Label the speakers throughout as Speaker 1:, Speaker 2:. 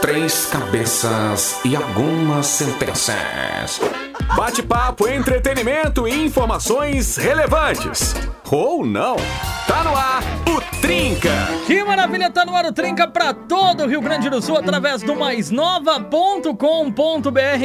Speaker 1: três cabeças e algumas sentenças.
Speaker 2: Bate-papo, entretenimento e informações relevantes. Ou não. Tá no ar o Trinca.
Speaker 3: Que maravilha, tá no ar o Trinca pra todo o Rio Grande do Sul através do maisnova.com.br.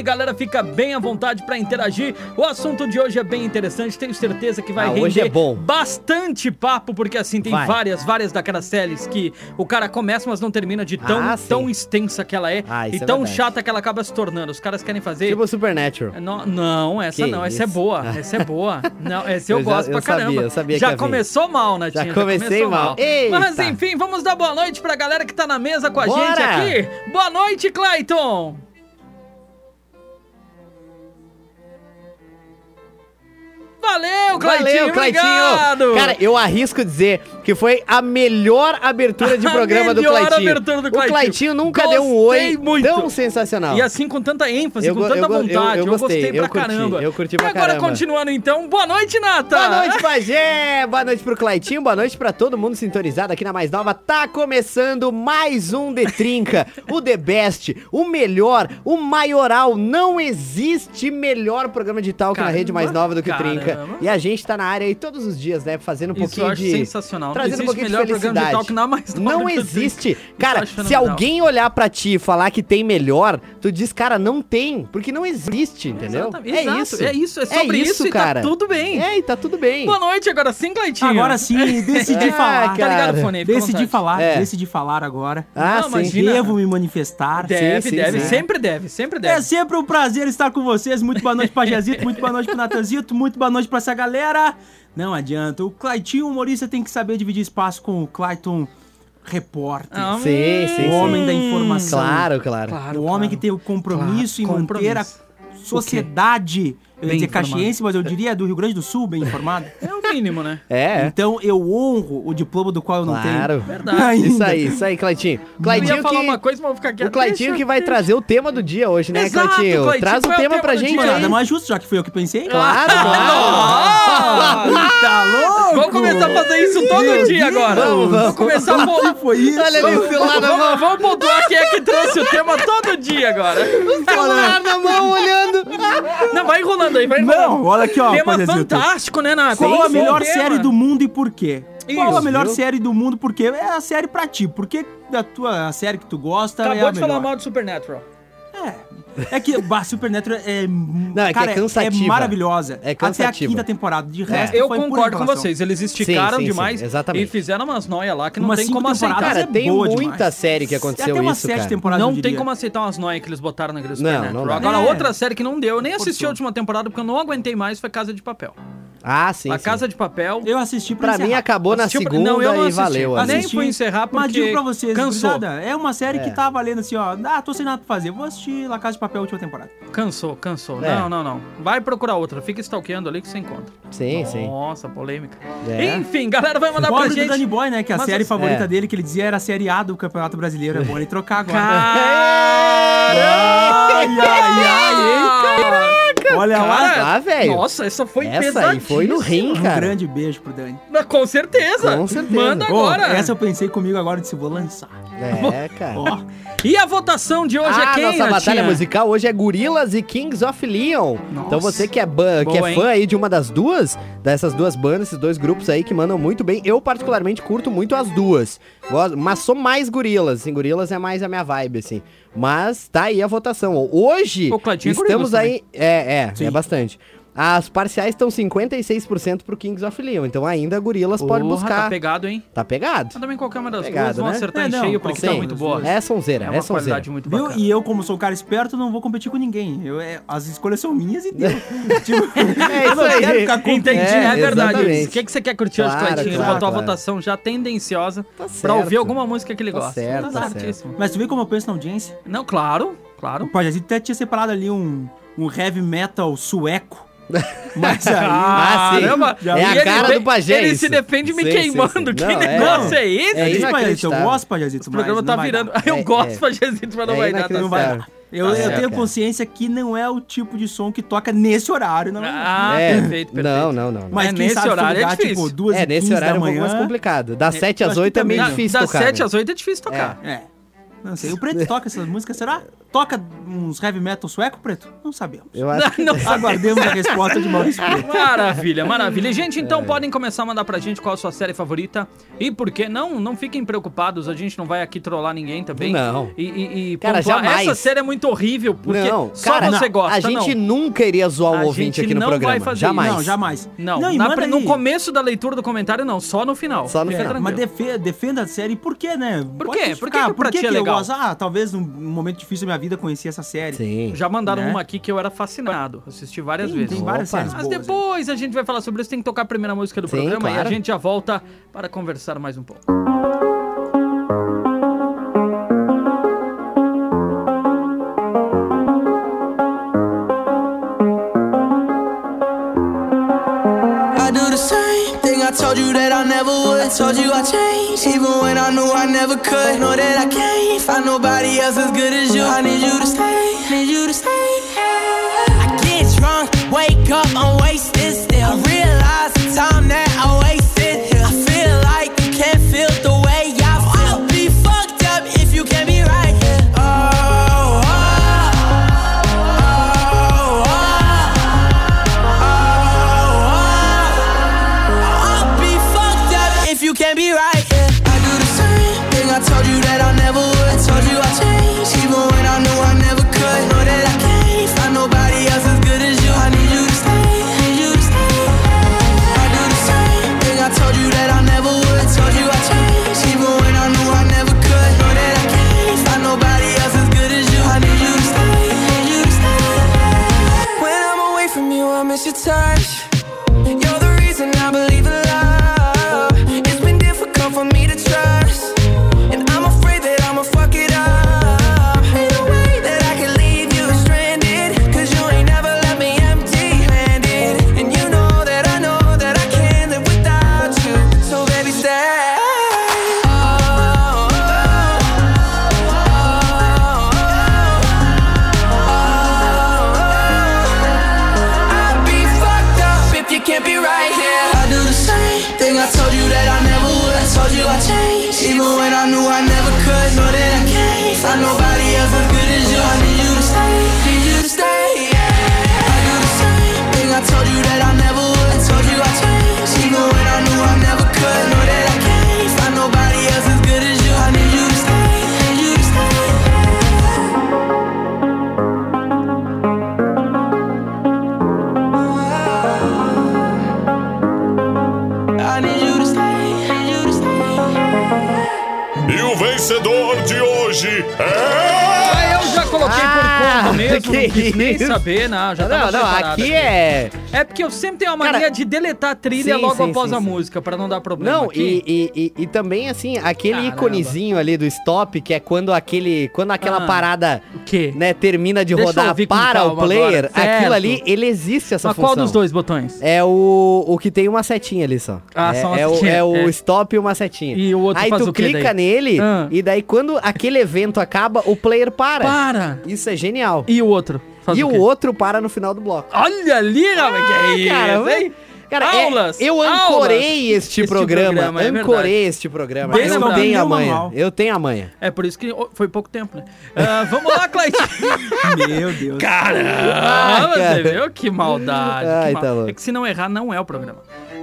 Speaker 3: Galera, fica bem à vontade pra interagir. O assunto de hoje é bem interessante, tenho certeza que vai
Speaker 4: Ah,
Speaker 3: render
Speaker 4: hoje é bom.
Speaker 3: bastante papo, porque assim, tem
Speaker 4: Vai.
Speaker 3: várias, várias daquelas séries que o cara começa, mas não termina de tão,
Speaker 4: Ah, sim.
Speaker 3: tão extensa que ela é
Speaker 4: Ah,
Speaker 3: e
Speaker 4: isso é
Speaker 3: tão
Speaker 4: verdade.
Speaker 3: chata que ela acaba se tornando. Os caras querem fazer...
Speaker 4: Tipo Supernatural.
Speaker 3: No- É, não, essa
Speaker 4: Que
Speaker 3: não, essa é
Speaker 4: isso?
Speaker 3: boa, essa é boa. Não, essa eu,
Speaker 4: Eu já-
Speaker 3: gosto pra
Speaker 4: eu sabia,
Speaker 3: caramba.
Speaker 4: eu sabia que
Speaker 3: já
Speaker 4: ia vir.
Speaker 3: começou mal, Natinha.
Speaker 4: Já comecei
Speaker 3: começou
Speaker 4: mal. Eita.
Speaker 3: Mas enfim, vamos dar boa noite pra galera que tá na mesa com a
Speaker 4: Bora.
Speaker 3: gente aqui. Boa noite, Clayton. Valeu, Claytinho.
Speaker 4: Valeu, Claitinho!
Speaker 3: Obrigado.
Speaker 4: Cara, eu arrisco dizer que foi a melhor abertura de
Speaker 3: A
Speaker 4: programa do
Speaker 3: melhor
Speaker 4: Claitinho.
Speaker 3: abertura do
Speaker 4: O
Speaker 3: Claitinho.
Speaker 4: Claitinho nunca deu um
Speaker 3: Gostei
Speaker 4: oi
Speaker 3: muito.
Speaker 4: tão sensacional.
Speaker 3: E assim com tanta ênfase,
Speaker 4: Eu
Speaker 3: com
Speaker 4: go-
Speaker 3: tanta
Speaker 4: eu go- eu-
Speaker 3: vontade.
Speaker 4: eu gostei,
Speaker 3: pra
Speaker 4: eu curti,
Speaker 3: caramba.
Speaker 4: eu curti
Speaker 3: e
Speaker 4: pra
Speaker 3: agora,
Speaker 4: caramba.
Speaker 3: continuando então, boa noite, Nata.
Speaker 4: Boa noite, Bagé! Boa noite pro Claitinho, boa noite pra todo mundo sintonizado aqui na Mais Nova. Tá começando mais um The Trinca, o The Best, o melhor, o maioral. Não existe melhor programa digital que na
Speaker 3: Caramba,
Speaker 4: rede Mais Nova do que o Trinca.
Speaker 3: caramba.
Speaker 4: E a gente tá na área aí todos os dias, né? Fazendo um
Speaker 3: Isso eu
Speaker 4: pouquinho
Speaker 3: acho
Speaker 4: de...
Speaker 3: sensacional. Não
Speaker 4: Trazendo
Speaker 3: existe
Speaker 4: um pouquinho de
Speaker 3: melhor programa
Speaker 4: felicidade.
Speaker 3: digital que na Mais Nova
Speaker 4: Não
Speaker 3: do que o
Speaker 4: existe.
Speaker 3: Eu
Speaker 4: Cara,
Speaker 3: acho
Speaker 4: se
Speaker 3: fenomenal.
Speaker 4: alguém olhar pra ti e falar que tem melhor, tu diz, cara, não tem, porque não existe, entendeu?
Speaker 3: Exatamente. Exato, é isso, é sobre isso e tá tudo bem.
Speaker 4: É, e tá tudo bem.
Speaker 3: Boa noite, agora sim, Cleitinho.
Speaker 5: Agora sim, decidi
Speaker 4: Ah,
Speaker 5: falar.
Speaker 4: cara.
Speaker 3: É. Tá ligado, Fone? Fica à
Speaker 5: Decidi
Speaker 3: vontade.
Speaker 5: falar,
Speaker 4: É.
Speaker 5: decidi falar agora.
Speaker 4: Ah,
Speaker 3: Não,
Speaker 4: sim.
Speaker 3: imagina.
Speaker 5: Devo me manifestar.
Speaker 3: Deve,
Speaker 4: Sim, sim,
Speaker 3: deve,
Speaker 4: sim.
Speaker 3: sempre deve, sempre
Speaker 5: É
Speaker 3: deve.
Speaker 5: sempre um prazer estar com vocês. Muito boa noite pra Jazito, muito boa noite pro Natanzito, muito boa noite pra essa galera. Não adianta. O Claitinho humorista tem que saber dividir espaço com o Clayton repórter.
Speaker 3: Ah,
Speaker 4: Sim,
Speaker 5: o
Speaker 4: sim,
Speaker 5: homem
Speaker 4: sim.
Speaker 5: da informação.
Speaker 4: Claro, claro.
Speaker 3: assim. Claro,
Speaker 5: o homem
Speaker 3: claro.
Speaker 5: que tem o compromisso
Speaker 3: Claro,
Speaker 5: em manter
Speaker 3: compromisso.
Speaker 5: a sociedade, eu
Speaker 3: Bem
Speaker 5: ia dizer
Speaker 3: informado.
Speaker 5: caxiense, mas eu diria do Rio Grande do Sul, bem informado.
Speaker 3: É o mínimo, né?
Speaker 4: É,
Speaker 5: Então eu honro o diploma do qual eu não
Speaker 4: claro.
Speaker 5: tenho.
Speaker 3: Verdade.
Speaker 4: Isso aí, isso aí, Claitinho.
Speaker 3: Eu
Speaker 4: Claitinho
Speaker 3: ia falar uma
Speaker 4: que...
Speaker 3: coisa, mas vou ficar quieto.
Speaker 4: O Claitinho
Speaker 3: Deixa
Speaker 4: que vai
Speaker 3: eu-
Speaker 4: trazer o tema do dia hoje, né,
Speaker 3: Exato,
Speaker 4: Claitinho?
Speaker 3: Claitinho,
Speaker 4: Traz o
Speaker 3: qual é o
Speaker 4: tema
Speaker 3: tema
Speaker 4: pra
Speaker 3: do
Speaker 4: gente
Speaker 3: dia?
Speaker 4: aí.
Speaker 5: Nada mais justo, já que fui eu que pensei.
Speaker 4: Claro,
Speaker 3: Ah!
Speaker 5: tá louco!
Speaker 3: Vamos começar a fazer isso todo dia agora.
Speaker 4: Vamos, vamos.
Speaker 3: começar a pon-
Speaker 5: Foi isso?
Speaker 4: Olha ali o celular na mão.
Speaker 3: Vamos, vamos pontuar quem é que trouxe o tema todo dia agora.
Speaker 4: celular na mão olhando.
Speaker 3: Não, vai enrolando aí, vai enrolando.
Speaker 5: né? Não, olha aqui, ó.
Speaker 3: tema
Speaker 5: rapaziada.
Speaker 3: fantástico, né, Nath?
Speaker 5: Qual a
Speaker 3: Sim, sim.
Speaker 5: melhor
Speaker 3: Tema.
Speaker 5: série do mundo e por quê? Qual
Speaker 3: Isso,
Speaker 5: a melhor
Speaker 4: viu?
Speaker 5: série do mundo por quê? É a série pra ti. Por que da tua a série que tu gosta é
Speaker 3: Acabou
Speaker 5: a
Speaker 3: de
Speaker 5: melhor?
Speaker 3: falar mal de Supernatural.
Speaker 5: É. É que bah, Supernatural é,
Speaker 4: é que
Speaker 5: cara,
Speaker 4: é cansativa.
Speaker 5: maravilhosa.
Speaker 4: É cansativa.
Speaker 5: Até a quinta temporada. De resto,
Speaker 3: É, Eu
Speaker 5: É. foi pura
Speaker 3: concordo com
Speaker 5: enrolação.
Speaker 3: vocês, eles esticaram
Speaker 4: Sim, sim,
Speaker 3: demais
Speaker 4: sim, exatamente.
Speaker 3: e fizeram umas noias lá que não
Speaker 5: Umas
Speaker 3: tem
Speaker 5: cinco
Speaker 3: como aceitar.
Speaker 5: temporadas
Speaker 4: Cara,
Speaker 5: é
Speaker 4: tem
Speaker 5: boa
Speaker 4: muita
Speaker 5: demais.
Speaker 4: série que aconteceu
Speaker 5: Até umas
Speaker 4: isso,
Speaker 5: sete
Speaker 4: cara.
Speaker 5: temporadas, eu
Speaker 3: não tem
Speaker 5: diria.
Speaker 3: como aceitar umas noias que eles botaram naquele
Speaker 4: Não,
Speaker 3: Supernatural.
Speaker 4: não dá.
Speaker 3: Agora,
Speaker 5: É.
Speaker 3: outra série que não deu, eu nem assisti
Speaker 5: Forçou.
Speaker 3: a última temporada porque eu não aguentei mais, foi Casa de Papel.
Speaker 4: Ah, sim,
Speaker 3: a
Speaker 4: sim.
Speaker 3: Casa é de Papel...
Speaker 5: Eu assisti pra,
Speaker 4: Pra mim
Speaker 5: encerrar.
Speaker 4: acabou na
Speaker 3: assisti pra-
Speaker 4: segunda
Speaker 3: não, eu não
Speaker 4: e
Speaker 3: assisti.
Speaker 4: valeu.
Speaker 3: Ah, nem
Speaker 4: ali.
Speaker 5: Assisti.
Speaker 3: fui encerrar
Speaker 5: Mas
Speaker 3: porque
Speaker 5: digo pra vocês,
Speaker 3: cansou.
Speaker 5: gurizada, é uma série
Speaker 4: É.
Speaker 5: que tá valendo assim, ó. Ah, tô sem nada pra fazer. Vou assistir La Casa de Papel, a última temporada.
Speaker 3: Cansou, cansou.
Speaker 4: É.
Speaker 3: Não, não, não. Vai procurar outra, fica stalkeando ali que você encontra.
Speaker 4: Sim, sim.
Speaker 3: Nossa, polêmica.
Speaker 4: É.
Speaker 3: Enfim, galera, vai mandar pra
Speaker 5: Pobre do
Speaker 3: gente.
Speaker 5: Danny Boy, né? Que a
Speaker 3: Mas
Speaker 5: série
Speaker 3: as-
Speaker 5: favorita
Speaker 4: é.
Speaker 5: dele, que ele dizia, era a Série A do Campeonato Brasileiro. É bom ele trocar agora.
Speaker 3: Caralho!
Speaker 5: Ai, ai, ai, hein? Olha lá.
Speaker 3: Cara,
Speaker 4: lá, ah, velho.
Speaker 3: Nossa, essa foi
Speaker 4: Essa aí foi no
Speaker 3: pesadíssima.
Speaker 4: rim,
Speaker 5: Um
Speaker 4: cara.
Speaker 5: grande beijo pro Dani.
Speaker 3: Mas Com certeza.
Speaker 4: Com certeza.
Speaker 3: Manda
Speaker 5: Ô,
Speaker 3: agora.
Speaker 5: essa eu pensei comigo agora, eu disse, vou lançar.
Speaker 4: É, cara.
Speaker 5: Ó,
Speaker 3: E a votação de hoje
Speaker 4: ah,
Speaker 3: é quem,
Speaker 4: nossa
Speaker 3: Natinha?
Speaker 4: batalha musical hoje é Gorilas e Kings of Leon.
Speaker 5: Nossa.
Speaker 4: Então você que é, ban-
Speaker 3: Boa,
Speaker 4: que é
Speaker 3: hein?
Speaker 4: fã aí de uma das duas, dessas duas bandas, esses dois grupos aí que mandam muito bem, eu particularmente curto muito as duas. Gosto- Mas sou mais Gorilas, assim, Gorilas é mais a minha vibe, assim. Mas tá aí a votação. Hoje
Speaker 3: Pô, Claudinho é Gorillaz
Speaker 4: estamos aí... É, é,
Speaker 5: Sim.
Speaker 4: é bastante. As parciais estão 56% pro Kings of Leon, então ainda Gorilas
Speaker 3: Porra,
Speaker 4: pode buscar.
Speaker 3: Tá pegado, hein?
Speaker 4: Tá
Speaker 3: Mas
Speaker 4: pegado.
Speaker 3: também qualquer uma das
Speaker 4: Pegado,
Speaker 3: duas vão
Speaker 4: né?
Speaker 3: acertar
Speaker 5: É,
Speaker 3: em
Speaker 5: não,
Speaker 3: cheio, porque
Speaker 4: sim.
Speaker 3: tá muito boa.
Speaker 4: É sonzeira,
Speaker 3: É
Speaker 4: é,
Speaker 3: uma
Speaker 4: sonzeira.
Speaker 3: qualidade muito
Speaker 5: viu?
Speaker 3: bacana.
Speaker 5: E eu, como sou um cara esperto, não vou competir com ninguém. Eu, é, as escolhas são minhas e deu. tipo,
Speaker 4: É
Speaker 5: eu
Speaker 4: isso
Speaker 5: não
Speaker 4: aí.
Speaker 5: quero ficar com
Speaker 3: Entendi, é,
Speaker 4: É,
Speaker 3: verdade.
Speaker 4: exatamente.
Speaker 3: O que, que você quer curtir hoje,
Speaker 4: Claro,
Speaker 3: Cleitinho? Ele
Speaker 4: claro,
Speaker 3: botou a
Speaker 4: claro.
Speaker 3: votação já tendenciosa
Speaker 4: Tá
Speaker 3: pra ouvir
Speaker 4: certo.
Speaker 3: alguma música que ele
Speaker 4: Tá
Speaker 3: gosta.
Speaker 4: certo, tá certo.
Speaker 3: certíssimo.
Speaker 5: Mas tu vê como eu penso na audiência?
Speaker 3: Não, claro,
Speaker 5: O
Speaker 3: claro.
Speaker 5: Pajazito até tinha separado ali um, um heavy metal sueco. Mas assim, aí...
Speaker 4: Ah, sim.
Speaker 3: Já
Speaker 4: É
Speaker 3: vi.
Speaker 4: a
Speaker 3: Ele
Speaker 4: cara
Speaker 3: vem-
Speaker 4: do pajé,
Speaker 3: Ele se
Speaker 4: isso.
Speaker 3: defende me
Speaker 4: Sim, sim,
Speaker 3: queimando.
Speaker 4: sim.
Speaker 3: Que
Speaker 4: Não, é-
Speaker 3: negócio é, esse?
Speaker 4: É
Speaker 5: Eu disse, Pajazito, eu
Speaker 4: inacreditável.
Speaker 5: gosto, Pajazito,
Speaker 3: Esse
Speaker 5: mas
Speaker 3: programa
Speaker 5: não
Speaker 3: tá
Speaker 5: vai
Speaker 3: virando.
Speaker 5: dar.
Speaker 3: Eu
Speaker 4: É,
Speaker 3: gosto,
Speaker 4: é.
Speaker 3: Pajezito, mas não
Speaker 4: É
Speaker 3: vai dar. Tá
Speaker 4: inacreditável.
Speaker 5: Não vai dar. Eu,
Speaker 4: Tá
Speaker 5: eu
Speaker 4: certo,
Speaker 5: tenho
Speaker 4: cara.
Speaker 5: consciência que não é o tipo de som que toca nesse horário, não é?
Speaker 3: Ah,
Speaker 4: é.
Speaker 3: perfeito, perfeito.
Speaker 4: Não, não, não. não.
Speaker 5: Mas
Speaker 3: É,
Speaker 5: quem
Speaker 3: nesse
Speaker 5: sabe se
Speaker 3: horário é
Speaker 5: ligar,
Speaker 3: difícil.
Speaker 5: Tipo, duas
Speaker 4: É, nesse horário
Speaker 5: da
Speaker 4: é um pouco
Speaker 5: manhã,
Speaker 4: mais complicado. Das 7
Speaker 5: eu
Speaker 4: às
Speaker 5: acho que
Speaker 4: 8 é meio
Speaker 5: também
Speaker 3: Da-
Speaker 4: difícil
Speaker 3: Das
Speaker 4: tocar.
Speaker 3: 7
Speaker 4: né?
Speaker 3: às 8 é difícil tocar.
Speaker 5: É. Não sei. O Preto toca essas músicas, será? Toca uns heavy metal sueco, Preto? Não sabemos.
Speaker 4: É, Eu acho que...
Speaker 3: Não, não,
Speaker 5: Aguardemos a resposta de Maurício Preto.
Speaker 3: Maravilha, maravilha. E, Gente, então podem começar a mandar pra gente qual a sua série favorita e por que não, não fiquem preocupados, a gente não vai aqui trollar ninguém também.
Speaker 4: Não.
Speaker 3: E, e, e
Speaker 4: Cara,
Speaker 3: pontuar,
Speaker 4: jamais.
Speaker 3: Essa série é muito horrível, porque
Speaker 4: não,
Speaker 3: só
Speaker 4: cara,
Speaker 3: você
Speaker 4: não.
Speaker 3: gosta,
Speaker 4: a gente
Speaker 3: não.
Speaker 4: nunca iria zoar
Speaker 3: A
Speaker 4: o ouvinte
Speaker 3: gente
Speaker 4: aqui no
Speaker 3: não vai
Speaker 4: programa.
Speaker 3: fazer
Speaker 4: jamais.
Speaker 3: isso.
Speaker 5: Não, jamais.
Speaker 3: Não,
Speaker 5: e
Speaker 3: na-
Speaker 5: manda aí.
Speaker 3: no começo da leitura do comentário não, só no final.
Speaker 4: Só no
Speaker 3: Fica
Speaker 4: final.
Speaker 3: tranquilo.
Speaker 5: Mas defe- defenda a série, por quê, né?
Speaker 3: Por
Speaker 5: Pode
Speaker 3: quê?
Speaker 5: justificar.
Speaker 3: Por que que pra ti é
Speaker 5: eu
Speaker 3: legal?
Speaker 5: gosto? Ah, talvez num momento difícil da minha vida conheci essa série.
Speaker 4: Sim.
Speaker 3: Já mandaram
Speaker 5: Né?
Speaker 3: uma aqui que eu era fascinado, assisti várias
Speaker 5: Tem,
Speaker 3: vezes.
Speaker 5: tem várias
Speaker 4: Opa.
Speaker 5: séries
Speaker 3: Mas
Speaker 5: boas. aí.
Speaker 3: depois a gente vai falar sobre isso, tem que tocar a primeira música do
Speaker 4: Sim,
Speaker 3: programa e a
Speaker 4: claro.
Speaker 3: gente já volta para conversar mais um pouco.
Speaker 6: I do the same thing I told you that I never would. I told you I changed, even when I knew I never could. Know that I can't find nobody else as good as you. I need you to stay, need you to stay. I get drunk, wake up, I'm wasted still. I realize the time that I wasted here. I feel like you can't feel the way I feel. I'll be fucked up if you can't be right here. Oh, oh, oh, oh. I'll be fucked up if you can't be right. Yeah. I do the same thing I told you that I never would. I told you I changed, even when I knew I never could. Know that I can't find nobody else as good as you. I need you to stay, need you to stay. I do the same thing I told you that I never would. I told you I changed, even when I knew I never could. Know that I can't find nobody else as good as you. I need you to stay, need you to stay. When I'm away from you, I miss your touch. You're the reason I believe in love. It's been difficult for me to trust, and I'm afraid that I'ma fuck it up. Ain't no way that I can leave you stranded, 'cause you ain't never left me empty-handed, and you know that I know that I can't live without you. So baby, stay. Oh, oh, oh, oh, oh. I'd be fucked up if you can't be right here. I do the same thing I told you that I never would. I told you I changed, even when I knew I never could. Know that I can't find nobody else as good as you. I need you to stay, need you to stay. Yeah. I do the same thing I told you that I never would. I told you I changed, even when I knew I never could. Know that I can't find nobody else as good as you. I need you to stay, need you to stay. I need you to stay, need you to stay.
Speaker 7: E o vencedor de hoje é.
Speaker 3: Ah, eu já coloquei por
Speaker 4: Ah,
Speaker 3: conta mesmo,
Speaker 4: que
Speaker 3: não quis nem
Speaker 4: isso.
Speaker 3: saber, não, já tá
Speaker 4: Não,
Speaker 3: tava
Speaker 4: não,
Speaker 3: separado
Speaker 4: aqui é.
Speaker 3: É porque eu sempre tenho uma mania
Speaker 4: Cara,
Speaker 3: de deletar a trilha
Speaker 4: sim,
Speaker 3: logo
Speaker 4: sim,
Speaker 3: após
Speaker 4: sim,
Speaker 3: a
Speaker 4: sim.
Speaker 3: música, pra não dar problema
Speaker 4: Não, e,
Speaker 3: aqui.
Speaker 4: e, e, e também assim, aquele
Speaker 3: Caramba.
Speaker 4: iconezinho ali do stop, que é quando aquele. Quando aquela
Speaker 3: Ah.
Speaker 4: parada
Speaker 3: O quê?
Speaker 4: né, termina de
Speaker 3: Deixa eu
Speaker 4: rodar
Speaker 3: ouvir com
Speaker 4: para o
Speaker 3: calma
Speaker 4: player,
Speaker 3: agora. Certo.
Speaker 4: aquilo ali, ele existe essa
Speaker 3: Mas
Speaker 4: função.
Speaker 3: qual dos dois botões?
Speaker 4: É o, o que tem uma setinha ali só.
Speaker 3: Ah,
Speaker 4: é,
Speaker 3: só uma
Speaker 4: é o,
Speaker 3: setinha,
Speaker 4: é o
Speaker 3: é.
Speaker 4: stop e uma setinha.
Speaker 3: E o outro
Speaker 4: Aí
Speaker 3: faz
Speaker 4: tu
Speaker 3: o quê
Speaker 4: clica
Speaker 3: daí?
Speaker 4: nele
Speaker 3: Ah.
Speaker 4: e daí quando aquele evento acaba, o player para.
Speaker 3: Para!
Speaker 4: Isso é genial.
Speaker 3: E o outro? Faz
Speaker 4: e o
Speaker 3: quê?
Speaker 4: outro para no final do bloco.
Speaker 3: Olha ali, rapaz,
Speaker 4: É
Speaker 3: que isso,
Speaker 4: Ah, cara,
Speaker 3: hein?
Speaker 4: Cara, é-
Speaker 3: Aulas,
Speaker 4: eu
Speaker 3: aulas.
Speaker 4: ancorei este,
Speaker 3: Este
Speaker 4: tipo programa,
Speaker 3: programa, é
Speaker 4: ancorei este programa.
Speaker 3: Bem
Speaker 4: eu
Speaker 3: lembrado.
Speaker 4: tenho a
Speaker 5: Deu uma
Speaker 4: manha,
Speaker 5: mal.
Speaker 4: eu tenho a manha.
Speaker 3: É por isso que oh, foi pouco tempo, né? Ah, vamos lá, Claitinho.
Speaker 5: Meu Deus.
Speaker 3: Caramba,
Speaker 4: Ah, cara.
Speaker 3: você viu? Que maldade.
Speaker 4: Ai,
Speaker 3: que
Speaker 4: tá
Speaker 3: mal...
Speaker 4: louco.
Speaker 3: É que se não errar, não é o programa.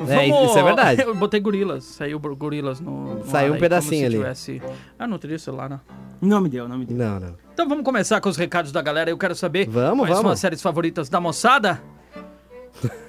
Speaker 4: É, isso é verdade.
Speaker 3: Eu botei gorilas, saiu bro- gorilas no. no
Speaker 4: Saiu um
Speaker 3: ar aí,
Speaker 4: pedacinho ali.
Speaker 3: como se Tivesse... Ah, não teria o celular, né?
Speaker 5: Não me deu, não me deu.
Speaker 4: Não, não.
Speaker 3: Então vamos começar com os recados da galera. Eu quero saber
Speaker 4: Vamos,
Speaker 3: quais são
Speaker 4: vamos.
Speaker 3: as séries favoritas da moçada.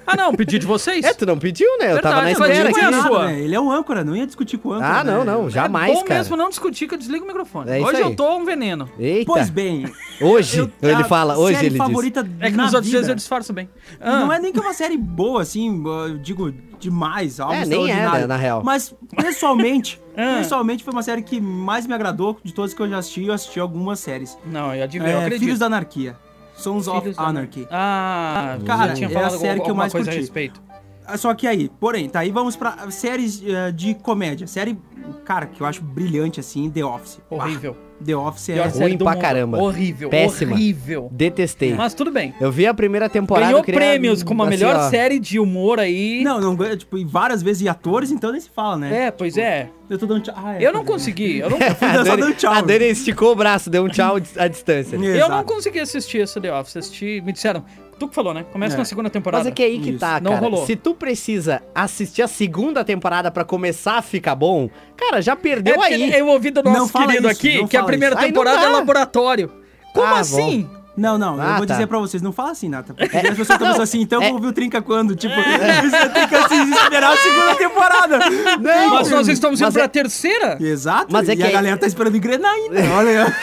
Speaker 3: Ah, não, pedi de vocês.
Speaker 4: É, tu não pediu, né? Eu tava na
Speaker 3: Verdade,
Speaker 4: espera
Speaker 3: mas
Speaker 4: aqui.
Speaker 3: não é a
Speaker 5: Nada,
Speaker 3: sua.
Speaker 5: né? Ele é o âncora, não ia discutir com o âncora.
Speaker 4: Ah, não,
Speaker 5: né?
Speaker 4: não,
Speaker 3: É
Speaker 4: jamais,
Speaker 3: bom
Speaker 4: cara.
Speaker 3: mesmo não discutir que eu desligo o microfone.
Speaker 4: É isso
Speaker 3: Hoje
Speaker 4: aí.
Speaker 3: eu tô um veneno.
Speaker 4: Eita.
Speaker 5: Pois bem.
Speaker 4: Hoje,
Speaker 5: eu-
Speaker 4: ele
Speaker 5: a
Speaker 4: fala, hoje
Speaker 5: série
Speaker 4: ele diz.
Speaker 5: favorita
Speaker 3: É que
Speaker 5: na
Speaker 3: nos outros
Speaker 5: vida.
Speaker 3: dias eu disfarço bem. Ah,
Speaker 5: Não é nem que é uma série boa, assim, eu digo, demais, algo
Speaker 4: É, nem é,
Speaker 5: extraordinário.
Speaker 4: né, na real.
Speaker 5: Mas, pessoalmente,
Speaker 3: Ah.
Speaker 5: pessoalmente foi uma série que mais me agradou de todas que eu já assisti. Eu assisti algumas séries.
Speaker 3: Não, eu adivinho, eu
Speaker 5: É,
Speaker 3: acredito.
Speaker 5: Filhos da Anarquia. Sons
Speaker 3: Filhos
Speaker 5: of
Speaker 3: da
Speaker 5: Anarchy.
Speaker 3: Ah, você
Speaker 5: Cara,
Speaker 3: tinha
Speaker 5: é a
Speaker 3: falado
Speaker 5: série
Speaker 3: alguma
Speaker 5: que eu mais
Speaker 3: coisa a
Speaker 5: curti.
Speaker 3: respeito.
Speaker 5: Ah, Só que aí, porém, tá aí vamos pra séries eh, de comédia. Série, cara, que eu acho brilhante, assim, The Office. Pá,
Speaker 3: Horrível.
Speaker 5: The Office
Speaker 3: Pior
Speaker 5: é...
Speaker 4: Office.
Speaker 3: série do
Speaker 4: pra
Speaker 3: mundo.
Speaker 4: caramba.
Speaker 3: Horrível.
Speaker 4: Péssima.
Speaker 3: Horrível.
Speaker 4: Detestei.
Speaker 8: Mas tudo bem.
Speaker 4: Eu vi a primeira temporada.
Speaker 3: Ganhou
Speaker 4: eu queria,
Speaker 3: prêmios com uma
Speaker 4: assim,
Speaker 3: melhor
Speaker 4: ó,
Speaker 3: série de humor aí.
Speaker 5: Não, não ganha, tipo, e várias vezes e atores, então nem se fala, né?
Speaker 3: É, pois é.
Speaker 5: Eu tô dando tchau. Ah, é,
Speaker 3: Eu não
Speaker 5: tô-
Speaker 3: consegui. Eu não,
Speaker 5: Eu
Speaker 4: A
Speaker 5: só
Speaker 4: Ah, Dani,
Speaker 5: dando tchau.
Speaker 4: a Dani esticou o braço, deu um tchau dis- à distância.
Speaker 3: eu não
Speaker 5: Exato.
Speaker 3: consegui assistir essa The Office. Assisti, me disseram. Tu que falou, né? Começa
Speaker 5: É.
Speaker 3: na segunda temporada.
Speaker 4: Mas é que é aí que
Speaker 5: Isso.
Speaker 4: tá,
Speaker 3: Não
Speaker 4: cara.
Speaker 3: rolou.
Speaker 4: Se tu precisa assistir a segunda temporada pra começar a ficar bom, cara, já
Speaker 3: É
Speaker 4: perdeu
Speaker 3: porque
Speaker 4: aí.
Speaker 3: eu ouvi do
Speaker 5: Não
Speaker 3: nosso
Speaker 5: fala
Speaker 3: querido
Speaker 5: isso,
Speaker 3: aqui
Speaker 5: não
Speaker 3: que a
Speaker 5: fala
Speaker 3: primeira
Speaker 4: isso. Aí não
Speaker 3: temporada é
Speaker 4: dá.
Speaker 3: laboratório. Como
Speaker 4: Ah,
Speaker 3: assim?
Speaker 5: Não, não,
Speaker 4: Ah,
Speaker 5: eu vou
Speaker 4: tá.
Speaker 5: dizer pra vocês, não fala assim, Nata. Porque as pessoas estão assim, então
Speaker 4: É.
Speaker 5: eu vou ouvir o Trinca quando? Tipo, você tem que assim, esperar a segunda temporada.
Speaker 4: Não,
Speaker 3: Mas nós estamos indo
Speaker 4: mas
Speaker 3: pra
Speaker 4: é-
Speaker 3: terceira?
Speaker 5: Exato,
Speaker 4: Mas é
Speaker 5: e
Speaker 4: que
Speaker 5: a
Speaker 4: é-
Speaker 5: galera tá esperando engrenar ainda. Olha aí.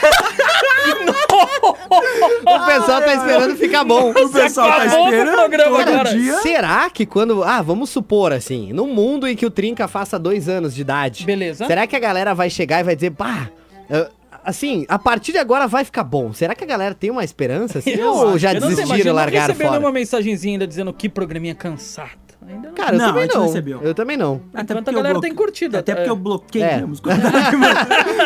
Speaker 4: O pessoal tá esperando ficar bom.
Speaker 5: O pessoal tá
Speaker 3: acabou com o
Speaker 5: esperando
Speaker 3: programa,
Speaker 5: todo
Speaker 3: cara.
Speaker 5: dia.
Speaker 4: Será que quando. Ah, vamos supor assim, no mundo em que o Trinca faça dois anos de idade.
Speaker 3: Beleza.
Speaker 4: Será que a galera vai chegar e vai dizer, pá. ah, Assim, a partir de agora vai ficar bom. Será que a galera tem uma esperança? Assim, ou já
Speaker 3: Eu não sei, imagina,
Speaker 4: desistiram,
Speaker 3: não tá
Speaker 4: largaram
Speaker 3: recebendo
Speaker 4: fora?
Speaker 3: uma mensagenzinha ainda dizendo que programinha cansado. Ainda não.
Speaker 4: Cara, eu
Speaker 5: Não, a
Speaker 4: também
Speaker 5: gente
Speaker 4: não.
Speaker 5: recebeu.
Speaker 4: Eu também não.
Speaker 5: Até
Speaker 3: Enquanto
Speaker 5: porque
Speaker 3: a
Speaker 5: eu
Speaker 3: galera
Speaker 5: bloque-
Speaker 3: tem curtido,
Speaker 5: Até
Speaker 3: é.
Speaker 5: porque eu bloqueei
Speaker 4: É.
Speaker 5: a muscularidade, mano.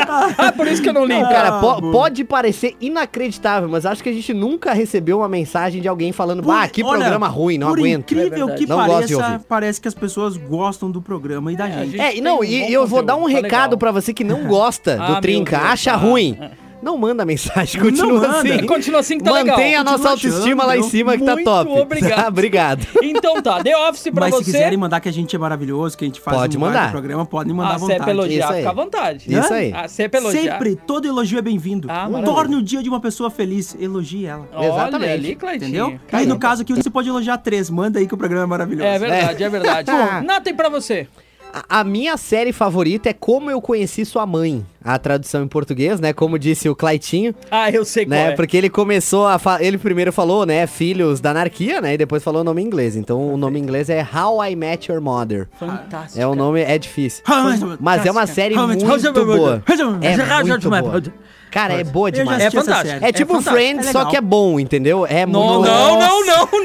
Speaker 3: Ah, por isso que eu não li.
Speaker 4: Não, cara,
Speaker 5: Ah,
Speaker 4: po-
Speaker 5: bom.
Speaker 4: pode parecer inacreditável, mas acho que a gente nunca recebeu uma mensagem de alguém falando, bah, que
Speaker 5: Olha,
Speaker 4: programa ruim, não
Speaker 5: por
Speaker 4: aguento.
Speaker 5: incrível
Speaker 3: É
Speaker 4: verdade.
Speaker 5: que
Speaker 4: Não gosto de
Speaker 5: pareça,
Speaker 4: ouvir.
Speaker 5: parece que as pessoas gostam do programa e da
Speaker 3: a
Speaker 5: gente.
Speaker 3: gente-
Speaker 4: É, e não,
Speaker 3: Tem um
Speaker 4: e
Speaker 3: bom
Speaker 4: eu vou
Speaker 3: conteúdo,
Speaker 4: dar um
Speaker 3: tá
Speaker 4: recado
Speaker 3: legal.
Speaker 4: pra você que não gosta
Speaker 3: Ah, meu
Speaker 4: do Trinca,
Speaker 3: Deus,
Speaker 4: acha
Speaker 3: tá.
Speaker 4: ruim. Não manda mensagem, continua
Speaker 5: manda.
Speaker 4: assim.
Speaker 3: Continua assim que tá legal.
Speaker 4: Mantém a
Speaker 5: Continua
Speaker 4: nossa autoestima
Speaker 5: achando,
Speaker 4: lá em
Speaker 5: viu?
Speaker 4: cima que tá
Speaker 3: Muito
Speaker 4: top.
Speaker 3: obrigado.
Speaker 4: Tá, obrigado.
Speaker 3: Então tá, The Office pra
Speaker 5: Mas
Speaker 3: você.
Speaker 5: se quiserem mandar que a gente é maravilhoso, que a gente faz
Speaker 4: Pode
Speaker 5: um baita
Speaker 4: mandar. Ah, é
Speaker 5: programa, podem mandar à
Speaker 3: a CEP
Speaker 5: vontade.
Speaker 4: Isso
Speaker 3: é elogiar,
Speaker 4: aí.
Speaker 3: fica à vontade. Ah,
Speaker 4: Isso aí.
Speaker 3: A CEP é elogiar.
Speaker 5: Sempre, todo elogio é bem-vindo.
Speaker 3: Ah, maravilha.
Speaker 5: Torne o dia de uma pessoa feliz, elogie ela.
Speaker 3: Olha
Speaker 4: Exatamente.
Speaker 3: ali, É Claudinho.
Speaker 5: Entendeu? Aí
Speaker 4: é
Speaker 3: Caramba.
Speaker 5: no caso aqui você pode elogiar três, manda aí que o programa é maravilhoso.
Speaker 3: É verdade, é, verdade.
Speaker 4: Bom.
Speaker 3: Nata, e pra você?
Speaker 4: A, a minha série favorita é Como Eu Conheci Sua Mãe. A tradução em português, né? Como disse o Claitinho.
Speaker 3: Ah, eu sei qual
Speaker 4: né?
Speaker 3: é.
Speaker 4: Porque ele começou a fa- ele primeiro falou, né, filhos da anarquia, né, e depois falou o nome em inglês. Então o nome em inglês é How I Met Your Mother.
Speaker 3: Fantástico.
Speaker 4: É o nome é difícil.
Speaker 5: How I Met Your-
Speaker 4: Mas é uma série
Speaker 5: How I
Speaker 4: muito
Speaker 5: Met-
Speaker 4: boa. É
Speaker 3: How I Met
Speaker 4: muito
Speaker 3: Your
Speaker 4: boa.
Speaker 3: Mother.
Speaker 4: Cara, é boa
Speaker 5: Eu já
Speaker 4: demais.
Speaker 5: assisti
Speaker 3: É
Speaker 5: essa
Speaker 3: fantástico.
Speaker 5: série.
Speaker 4: É tipo
Speaker 5: fantástico,
Speaker 4: Friends,
Speaker 5: é
Speaker 4: só
Speaker 5: legal.
Speaker 4: que é bom, entendeu? É
Speaker 3: Não,
Speaker 4: muito-
Speaker 3: não, não, não,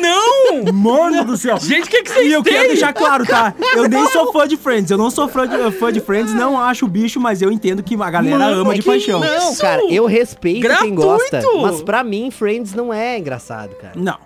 Speaker 4: é-
Speaker 3: não!
Speaker 5: Mano do céu!
Speaker 3: Gente, o que, que vocês
Speaker 5: E eu
Speaker 3: têm?
Speaker 5: quero deixar claro, tá? Eu nem sou fã de Friends, eu não sou fã de, fã de Friends, não acho o bicho, mas eu entendo que a galera
Speaker 4: Mano,
Speaker 5: ama
Speaker 4: é
Speaker 5: de
Speaker 4: que
Speaker 5: paixão.
Speaker 4: Não,
Speaker 3: Isso!
Speaker 4: cara, eu respeito quem
Speaker 3: Gratuito!
Speaker 4: gosta, mas pra mim Friends não é engraçado, cara.
Speaker 5: Não.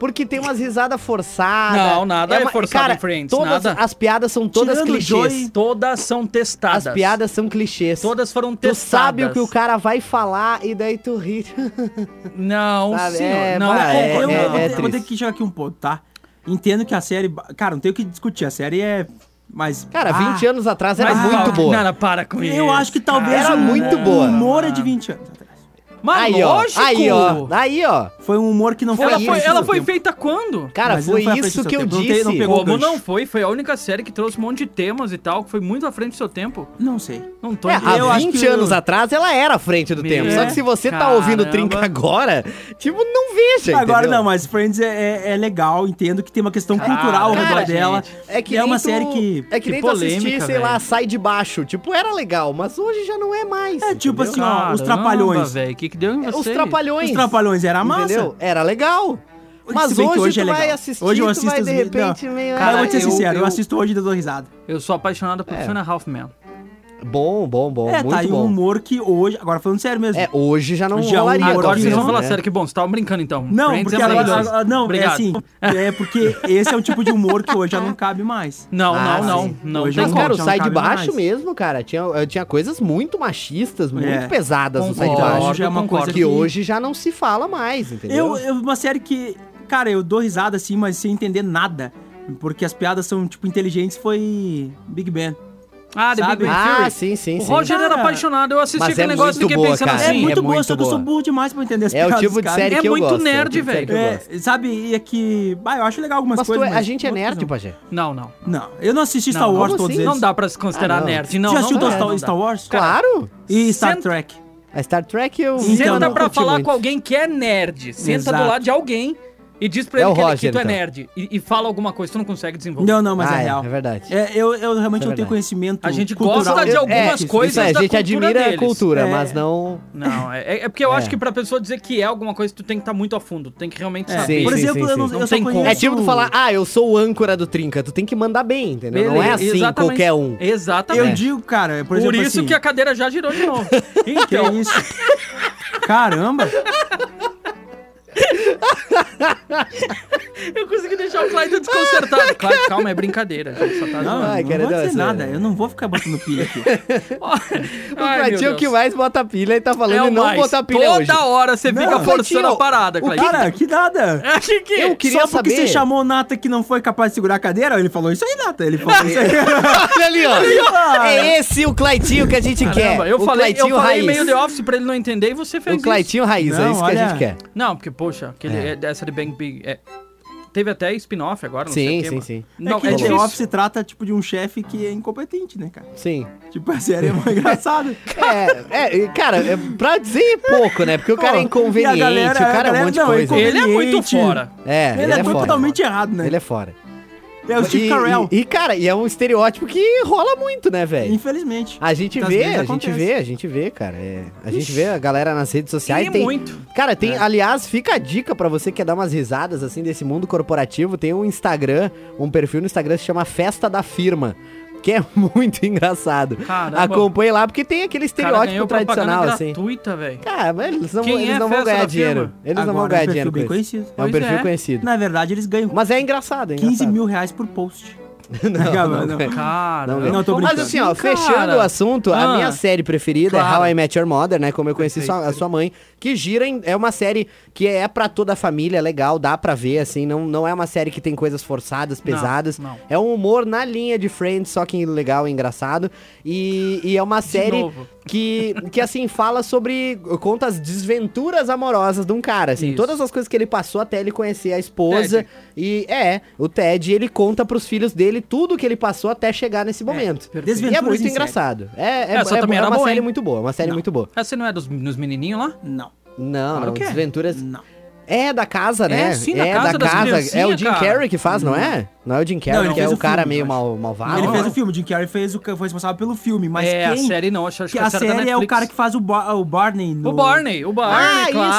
Speaker 4: Porque tem umas risadas forçadas.
Speaker 3: Não, nada é forçado
Speaker 4: cara,
Speaker 3: em Friends,
Speaker 4: todas
Speaker 3: nada.
Speaker 4: as piadas são todas
Speaker 5: Tirando o
Speaker 4: clichês.
Speaker 5: Joey,
Speaker 3: Todas são testadas.
Speaker 4: As piadas são clichês.
Speaker 3: Todas foram
Speaker 4: Tu
Speaker 3: testadas.
Speaker 4: sabe o que o cara vai falar e daí tu ri.
Speaker 3: Não,
Speaker 4: Sabe,
Speaker 3: senhor.
Speaker 4: é,
Speaker 3: não,
Speaker 4: vai,
Speaker 3: eu
Speaker 5: eu
Speaker 3: concordo.
Speaker 4: é,
Speaker 5: vou,
Speaker 4: é
Speaker 5: ter, vou ter
Speaker 4: triste.
Speaker 5: que chegar aqui um ponto, tá? Entendo que a série. Cara, não tem o que discutir, a série é. Mas. ah,
Speaker 4: Cara, 20 anos atrás era
Speaker 3: Ah. Mas
Speaker 4: muito
Speaker 3: não,
Speaker 4: boa.
Speaker 3: Nara, para com isso.
Speaker 5: Eu acho que talvez
Speaker 4: Era
Speaker 5: o
Speaker 4: muito boa. Ah.
Speaker 5: humor é de 20 anos atrás.
Speaker 3: Mas
Speaker 4: aí,
Speaker 3: lógico.
Speaker 4: ó. Aí, ó. Aí, ó.
Speaker 5: Foi um humor que não foi.
Speaker 3: Ela
Speaker 5: à
Speaker 3: foi,
Speaker 5: frente
Speaker 3: ela
Speaker 5: do
Speaker 3: foi
Speaker 5: tempo.
Speaker 3: feita quando?
Speaker 4: Cara,
Speaker 5: Mas
Speaker 4: foi
Speaker 5: não foi à frente
Speaker 4: isso
Speaker 5: do
Speaker 4: que eu
Speaker 5: seu tempo, não tem-
Speaker 4: disse.
Speaker 5: não pegou.
Speaker 3: Como
Speaker 5: gancho.
Speaker 3: não foi? Foi a única série que trouxe um monte de temas e tal, que foi muito à frente do seu tempo.
Speaker 5: Não sei.
Speaker 3: Não tô
Speaker 4: É,
Speaker 3: entendendo.
Speaker 5: Eu
Speaker 4: há
Speaker 5: acho
Speaker 4: 20
Speaker 5: que eu-
Speaker 4: anos atrás ela era à frente do
Speaker 3: Meu
Speaker 4: tempo. Só que
Speaker 5: Deus.
Speaker 4: se você tá
Speaker 3: Caramba.
Speaker 4: ouvindo o Trinca agora, tipo, não veja,
Speaker 5: Agora
Speaker 4: entendeu?
Speaker 5: não, mas Friends é, é, é legal, entendo que tem uma questão
Speaker 3: Cara,
Speaker 5: cultural ao redor
Speaker 4: cara,
Speaker 5: dela.
Speaker 3: gente,
Speaker 4: É que
Speaker 5: é
Speaker 4: nem
Speaker 5: uma
Speaker 4: tu-
Speaker 5: série que.
Speaker 4: É que,
Speaker 3: que
Speaker 4: nem tu assistir,
Speaker 3: polêmica,
Speaker 4: sei lá,
Speaker 3: velho.
Speaker 4: sai de baixo. Tipo, era legal, mas hoje já não é mais.
Speaker 5: É tipo assim, ó, os
Speaker 3: Caramba,
Speaker 5: trapalhões.
Speaker 3: velho, que, que deu em
Speaker 4: É, Os
Speaker 3: vocês?
Speaker 4: trapalhões.
Speaker 5: Os trapalhões era massa.
Speaker 4: Entendeu? Era legal. Mas
Speaker 5: Se bem
Speaker 4: hoje,
Speaker 5: que hoje
Speaker 4: tu
Speaker 5: é
Speaker 4: vai
Speaker 5: legal.
Speaker 4: assistir,
Speaker 5: Hoje eu
Speaker 4: tu vai
Speaker 5: assisto
Speaker 4: de
Speaker 5: os vídeos-
Speaker 4: repente
Speaker 5: Não.
Speaker 4: meio...
Speaker 5: Cara, eu vou te ser
Speaker 3: eu-
Speaker 5: sincero, eu,
Speaker 3: eu-
Speaker 5: assisto hoje e dou risada.
Speaker 3: Eu sou apaixonado
Speaker 4: É.
Speaker 3: por Fiona Halfman.
Speaker 4: Bom, bom, bom.
Speaker 5: é,
Speaker 4: muito
Speaker 5: tá aí um
Speaker 4: bom.
Speaker 5: humor que hoje. Agora falando sério mesmo.
Speaker 4: É, hoje já não
Speaker 5: Já
Speaker 4: rolaria.
Speaker 5: um humor
Speaker 3: Agora
Speaker 4: talvez,
Speaker 3: vocês vão falar
Speaker 4: né?
Speaker 3: sério, que bom, vocês estavam brincando então.
Speaker 5: Não,
Speaker 3: Friends
Speaker 5: porque
Speaker 3: é
Speaker 5: ela,
Speaker 3: maravilhoso.
Speaker 5: a- a- não,
Speaker 3: Obrigado.
Speaker 5: é assim. É porque esse é o tipo de humor que hoje já não cabe mais.
Speaker 3: Não,
Speaker 4: Ah,
Speaker 3: não, não,
Speaker 5: sim.
Speaker 3: não.
Speaker 5: Hoje
Speaker 3: tem
Speaker 5: eu
Speaker 4: Mas,
Speaker 3: como.
Speaker 5: Não,
Speaker 4: cara, o
Speaker 5: já não
Speaker 4: Sai de
Speaker 5: um cabe
Speaker 4: Baixo
Speaker 5: mais.
Speaker 4: mesmo, cara, tinha, eh, tinha coisas muito machistas, muito
Speaker 5: É.
Speaker 4: pesadas no Sai de
Speaker 5: Então,
Speaker 3: Concordo,
Speaker 4: Baixo.
Speaker 5: hoje é uma
Speaker 3: concordo.
Speaker 5: coisa
Speaker 4: Que hoje já não se fala mais, entendeu?
Speaker 5: Eu, eu- uma série que, cara, eu dou risada assim, mas sem entender nada. Porque as piadas são, tipo, inteligentes, foi Big Ben.
Speaker 3: Ah, The Big
Speaker 5: Sabe?
Speaker 3: Bang
Speaker 4: ah,
Speaker 3: Theory.
Speaker 4: sim, sim,
Speaker 3: O
Speaker 4: sim.
Speaker 3: Roger era
Speaker 5: Cara,
Speaker 3: apaixonado, eu assisti
Speaker 4: mas
Speaker 3: aquele
Speaker 4: é
Speaker 3: negócio e
Speaker 4: muito
Speaker 3: fiquei
Speaker 4: boa,
Speaker 3: pensando
Speaker 4: cara.
Speaker 5: é,
Speaker 4: Sim,
Speaker 3: assim.
Speaker 5: muito
Speaker 4: é
Speaker 5: boa,
Speaker 4: muito
Speaker 5: só que eu
Speaker 4: boa.
Speaker 5: sou burro demais pra entender as
Speaker 4: É o
Speaker 5: piadas,
Speaker 4: tipo de
Speaker 5: cara.
Speaker 4: série
Speaker 3: É
Speaker 4: que eu
Speaker 3: muito
Speaker 4: gosto.
Speaker 3: nerd,
Speaker 4: tipo de série que eu
Speaker 3: velho.
Speaker 5: É,
Speaker 4: gosto.
Speaker 5: sabe, e é que... Ah, eu acho legal algumas
Speaker 4: Mas tu
Speaker 5: coisas,
Speaker 4: é- a gente é nerd,
Speaker 5: pai.
Speaker 4: Pajé.
Speaker 3: Não, não.
Speaker 5: Não, eu não assisti Star
Speaker 3: não,
Speaker 5: Wars
Speaker 3: não,
Speaker 5: todos
Speaker 3: sim.
Speaker 5: eles.
Speaker 3: Não dá pra se considerar
Speaker 4: Ah, não.
Speaker 3: nerd. Não,
Speaker 5: Já
Speaker 3: não
Speaker 5: assistiu
Speaker 3: dá,
Speaker 5: Star,
Speaker 3: não dá.
Speaker 5: Star Wars?
Speaker 4: Claro.
Speaker 5: E Star
Speaker 3: Senta-
Speaker 5: Trek?
Speaker 4: A Star Trek eu...
Speaker 5: Senta
Speaker 4: eu
Speaker 3: Senta
Speaker 4: não
Speaker 3: pra
Speaker 4: curti
Speaker 3: falar
Speaker 4: muito.
Speaker 3: com alguém que é nerd. Senta do
Speaker 5: Exato.
Speaker 3: lado de alguém e diz pra
Speaker 4: É
Speaker 3: ele
Speaker 4: o
Speaker 3: que, ele-
Speaker 4: Roger,
Speaker 3: que tu é
Speaker 4: então.
Speaker 3: nerd e, e fala alguma coisa, tu não consegue desenvolver.
Speaker 5: Não, não, mas
Speaker 4: Ah,
Speaker 5: é
Speaker 4: é,
Speaker 5: real.
Speaker 4: é verdade.
Speaker 5: É, eu, eu realmente
Speaker 4: É
Speaker 5: não tenho
Speaker 4: verdade. É,
Speaker 5: conhecimento.
Speaker 3: A gente
Speaker 5: cultural.
Speaker 3: gosta de
Speaker 5: Eu-
Speaker 3: algumas
Speaker 5: isso, isso
Speaker 3: coisas
Speaker 5: aí.
Speaker 4: a
Speaker 3: da
Speaker 4: gente
Speaker 3: cultura
Speaker 4: admira
Speaker 3: deles.
Speaker 4: a cultura,
Speaker 5: É.
Speaker 4: mas não.
Speaker 3: Não, é, é- é porque eu
Speaker 4: É.
Speaker 3: acho que pra pessoa dizer que é alguma coisa, tu tem que estar muito a fundo, tu tem que realmente
Speaker 5: É.
Speaker 3: saber.
Speaker 4: Sim,
Speaker 5: Por
Speaker 4: sim,
Speaker 5: exemplo,
Speaker 4: sim,
Speaker 5: eu não
Speaker 4: sim.
Speaker 5: eu
Speaker 3: Não
Speaker 5: só
Speaker 3: tem como.
Speaker 5: conheço...
Speaker 4: É tipo tu falar, ah, eu sou o âncora do Trinca. Tu tem que mandar bem, entendeu? não é
Speaker 3: Beleza,
Speaker 4: assim
Speaker 3: exatamente.
Speaker 4: qualquer um.
Speaker 3: Exatamente.
Speaker 5: Então, Eu digo, cara, É. por
Speaker 3: "É, Por,
Speaker 5: exemplo
Speaker 3: isso
Speaker 5: assim,
Speaker 3: que a cadeira já girou de novo.
Speaker 5: Que
Speaker 3: Então,
Speaker 5: isso? Caramba!
Speaker 3: eu consegui deixar o Clyde desconcertado. Clyde, calma, é brincadeira. gente, só tá
Speaker 5: Não,
Speaker 3: zoando.
Speaker 4: Ai,
Speaker 5: não
Speaker 4: cara,
Speaker 5: vou
Speaker 4: não, assim, é.
Speaker 5: dizer
Speaker 4: sério.
Speaker 5: nada. Eu não vou ficar botando pilha aqui.
Speaker 3: Ai,
Speaker 4: o
Speaker 3: meu
Speaker 4: Clatinho é o
Speaker 3: Deus. É
Speaker 4: que mais bota pilha e tá falando
Speaker 3: o
Speaker 4: em não
Speaker 3: mais.
Speaker 4: botar pilha
Speaker 3: Toda
Speaker 4: hoje.
Speaker 3: hora você fica
Speaker 5: Não.
Speaker 3: forçando
Speaker 4: Clatinho,
Speaker 3: a parada,
Speaker 4: o
Speaker 3: Clyde.
Speaker 5: Cara, que nada!
Speaker 3: É, que que-
Speaker 4: Eu queria
Speaker 5: Só porque
Speaker 4: saber.
Speaker 5: você chamou o Nata que não foi capaz de segurar a cadeira? Ele falou isso aí, Nata. Ele falou isso aí.
Speaker 4: Olha ali, ó.
Speaker 5: ó.
Speaker 4: É esse o Claitinho que a gente
Speaker 3: Caramba,
Speaker 4: quer.
Speaker 3: eu
Speaker 4: o
Speaker 3: falei, eu
Speaker 4: Claitinho
Speaker 3: falei
Speaker 4: raiz.
Speaker 3: meio de office pra ele não entender e você fez
Speaker 4: O
Speaker 3: isso.
Speaker 4: Claitinho raiz, é
Speaker 5: Não,
Speaker 4: isso que a
Speaker 5: olha.
Speaker 4: gente quer.
Speaker 3: Não, porque, poxa, aquele, é. essa de Bang Big. é, teve até spin-off agora, não sei
Speaker 4: Sim,
Speaker 3: o quê,
Speaker 4: sim,
Speaker 3: mano.
Speaker 4: sim.
Speaker 3: Não,
Speaker 5: é que
Speaker 3: é
Speaker 5: The
Speaker 3: difícil.
Speaker 5: Office se trata, tipo, de um chefe que é incompetente, né, cara?
Speaker 4: Sim.
Speaker 5: Tipo, a série é muito engraçada.
Speaker 4: É, é, cara, é pra dizer pouco, né? Porque o cara é
Speaker 5: Pô,
Speaker 4: inconveniente,
Speaker 5: e a galera-
Speaker 4: o cara é um
Speaker 5: a
Speaker 4: monte de
Speaker 5: galera- não, é
Speaker 4: coisa.
Speaker 3: Ele é muito
Speaker 5: Conveniente.
Speaker 3: fora.
Speaker 4: É,
Speaker 5: ele, é,
Speaker 4: fora.
Speaker 5: totalmente errado, né?
Speaker 4: Ele é fora.
Speaker 5: é... o Steve
Speaker 4: E-
Speaker 5: Carell.
Speaker 4: E, e, cara, e é um estereótipo que rola muito, né, velho?
Speaker 5: Infelizmente.
Speaker 4: A gente
Speaker 5: Às
Speaker 4: vê,
Speaker 5: vezes
Speaker 4: a gente
Speaker 5: acontece.
Speaker 4: vê, a gente vê, cara. é. a gente vê a galera nas redes sociais.
Speaker 3: E
Speaker 4: tem,
Speaker 3: é muito.
Speaker 4: Cara, tem, aliás, fica a dica pra você que quer dar umas risadas assim desse mundo corporativo. Tem um Instagram, um perfil no Instagram que se chama Festa da Firma. Que é muito engraçado.
Speaker 3: Caramba.
Speaker 4: Acompanhe lá, porque tem aquele
Speaker 3: Cara,
Speaker 4: estereótipo
Speaker 3: ganhou propaganda
Speaker 4: tradicional, assim.
Speaker 3: gratuita, velho.
Speaker 4: Cara, mas eles não,
Speaker 3: Quem
Speaker 4: eles
Speaker 3: é
Speaker 4: não
Speaker 3: Festa
Speaker 4: vão ganhar
Speaker 3: da
Speaker 4: dinheiro.
Speaker 3: Firma?
Speaker 4: Eles não
Speaker 5: Agora
Speaker 4: vão
Speaker 5: é um
Speaker 4: ganhar
Speaker 5: perfil
Speaker 4: dinheiro. com
Speaker 5: bem
Speaker 4: isso.
Speaker 5: conhecido.
Speaker 4: É um
Speaker 3: Pois
Speaker 4: perfil
Speaker 3: é.
Speaker 4: conhecido.
Speaker 5: Na verdade, eles ganham
Speaker 4: Mas é engraçado, é
Speaker 5: 15
Speaker 4: engraçado.
Speaker 5: mil reais por post.
Speaker 4: não, não,
Speaker 5: não.
Speaker 3: Cara,
Speaker 4: Não,
Speaker 5: não, tô
Speaker 4: Mas
Speaker 5: brincando.
Speaker 4: assim, ó,
Speaker 3: Cara.
Speaker 4: fechando o assunto, a
Speaker 3: Ah.
Speaker 4: minha série preferida é
Speaker 3: Claro.
Speaker 4: How I Met Your Mother, né? Como eu conheci sua, a sua mãe, que gira em, é uma série que é pra toda a família, é legal, dá pra ver assim, não, não é uma série que tem coisas forçadas, pesadas.
Speaker 3: não.
Speaker 4: É um humor na linha de Friends, só que legal, e engraçado. E, e é uma série
Speaker 3: novo.
Speaker 4: que, que assim fala sobre conta as desventuras amorosas de um cara, assim,
Speaker 3: Isso.
Speaker 4: todas as coisas que ele passou até ele conhecer a esposa
Speaker 3: Ted.
Speaker 4: e é, o Ted, ele conta pros filhos dele tudo que ele passou até chegar nesse momento. E é
Speaker 5: Desventuras
Speaker 4: muito
Speaker 5: em
Speaker 4: engraçado. É, é,
Speaker 3: Essa
Speaker 4: é-
Speaker 3: também
Speaker 4: é
Speaker 3: era
Speaker 4: uma
Speaker 3: boa,
Speaker 4: série
Speaker 3: hein?
Speaker 4: muito boa, uma série muito boa.
Speaker 3: Essa não é dos, dos menininhos lá?
Speaker 5: Não.
Speaker 4: Não,
Speaker 5: Claro
Speaker 4: não,
Speaker 5: que é.
Speaker 4: Desventuras...
Speaker 5: Não.
Speaker 4: É da casa, né?
Speaker 3: sim, da casa das
Speaker 4: É o
Speaker 3: criancinhas,
Speaker 4: Jim
Speaker 3: cara.
Speaker 4: Carrey que faz, não é? Não é o Jim Carrey,
Speaker 5: ele
Speaker 4: que é
Speaker 5: fez
Speaker 4: o
Speaker 5: o
Speaker 4: cara
Speaker 5: filme,
Speaker 4: meio
Speaker 5: eu
Speaker 4: mal, malvado.
Speaker 5: ele fez
Speaker 4: não.
Speaker 5: o filme, o Jim Carrey fez o, foi responsável pelo filme, mas
Speaker 3: é,
Speaker 5: quem...
Speaker 3: a série não, acho, acho
Speaker 5: que
Speaker 3: que a série, da
Speaker 5: é o
Speaker 3: Netflix.
Speaker 5: cara que faz o, Bar- o Barney no...
Speaker 3: O Barney, o Barney,
Speaker 4: Ah,
Speaker 3: claro,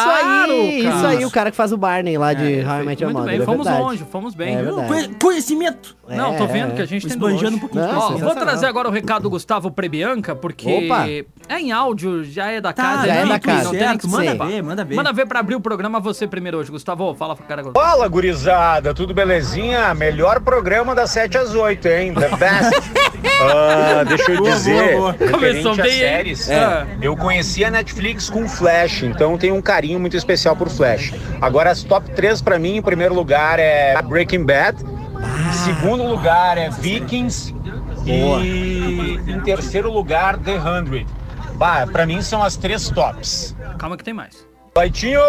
Speaker 4: isso aí!
Speaker 3: cara.
Speaker 4: Isso aí, o cara que faz o Barney lá de
Speaker 3: É,
Speaker 4: How I Met Your
Speaker 3: Muito
Speaker 4: Mother.
Speaker 3: bem,
Speaker 4: é
Speaker 3: fomos
Speaker 4: verdade.
Speaker 3: longe, fomos bem.
Speaker 4: É
Speaker 3: viu?
Speaker 4: verdade.
Speaker 5: Conhe- Conhecimento!
Speaker 3: Não, tô
Speaker 4: É,
Speaker 3: vendo
Speaker 4: é.
Speaker 3: que a gente tem
Speaker 5: Esbanjando um pouquinho de
Speaker 4: Não,
Speaker 3: Ó,
Speaker 5: conhecimento.
Speaker 3: vou
Speaker 4: sensacional.
Speaker 3: trazer agora o recado do Gustavo Prebianca, porque
Speaker 4: Opa.
Speaker 3: é em áudio, já é
Speaker 5: Tá,
Speaker 3: da casa.
Speaker 4: já é
Speaker 5: não,
Speaker 4: da
Speaker 3: livre,
Speaker 5: tudo
Speaker 4: casa.
Speaker 3: Não tem nem
Speaker 5: certo,
Speaker 3: que
Speaker 5: manda
Speaker 4: Sim.
Speaker 5: ver, manda ver.
Speaker 3: Manda ver pra abrir o programa você primeiro hoje, Gustavo. Fala pro cara agora.
Speaker 9: Fala, gurizada, tudo belezinha? Melhor programa das 7 às 8, hein? The best. Ah, deixa eu
Speaker 5: Boa,
Speaker 9: dizer,
Speaker 5: boa, boa.
Speaker 9: referente
Speaker 3: Começou
Speaker 9: às
Speaker 3: bem, hein?
Speaker 9: séries,
Speaker 3: É.
Speaker 9: eu conheci a Netflix com Flash, então tenho um carinho muito especial por Flash. Agora as top 3 pra mim, em primeiro lugar é Breaking Bad,
Speaker 5: Ah.
Speaker 9: em segundo lugar é Vikings e em terceiro lugar The 100. Bah, pra mim são as três tops.
Speaker 3: Calma que tem mais.
Speaker 9: Baitinho,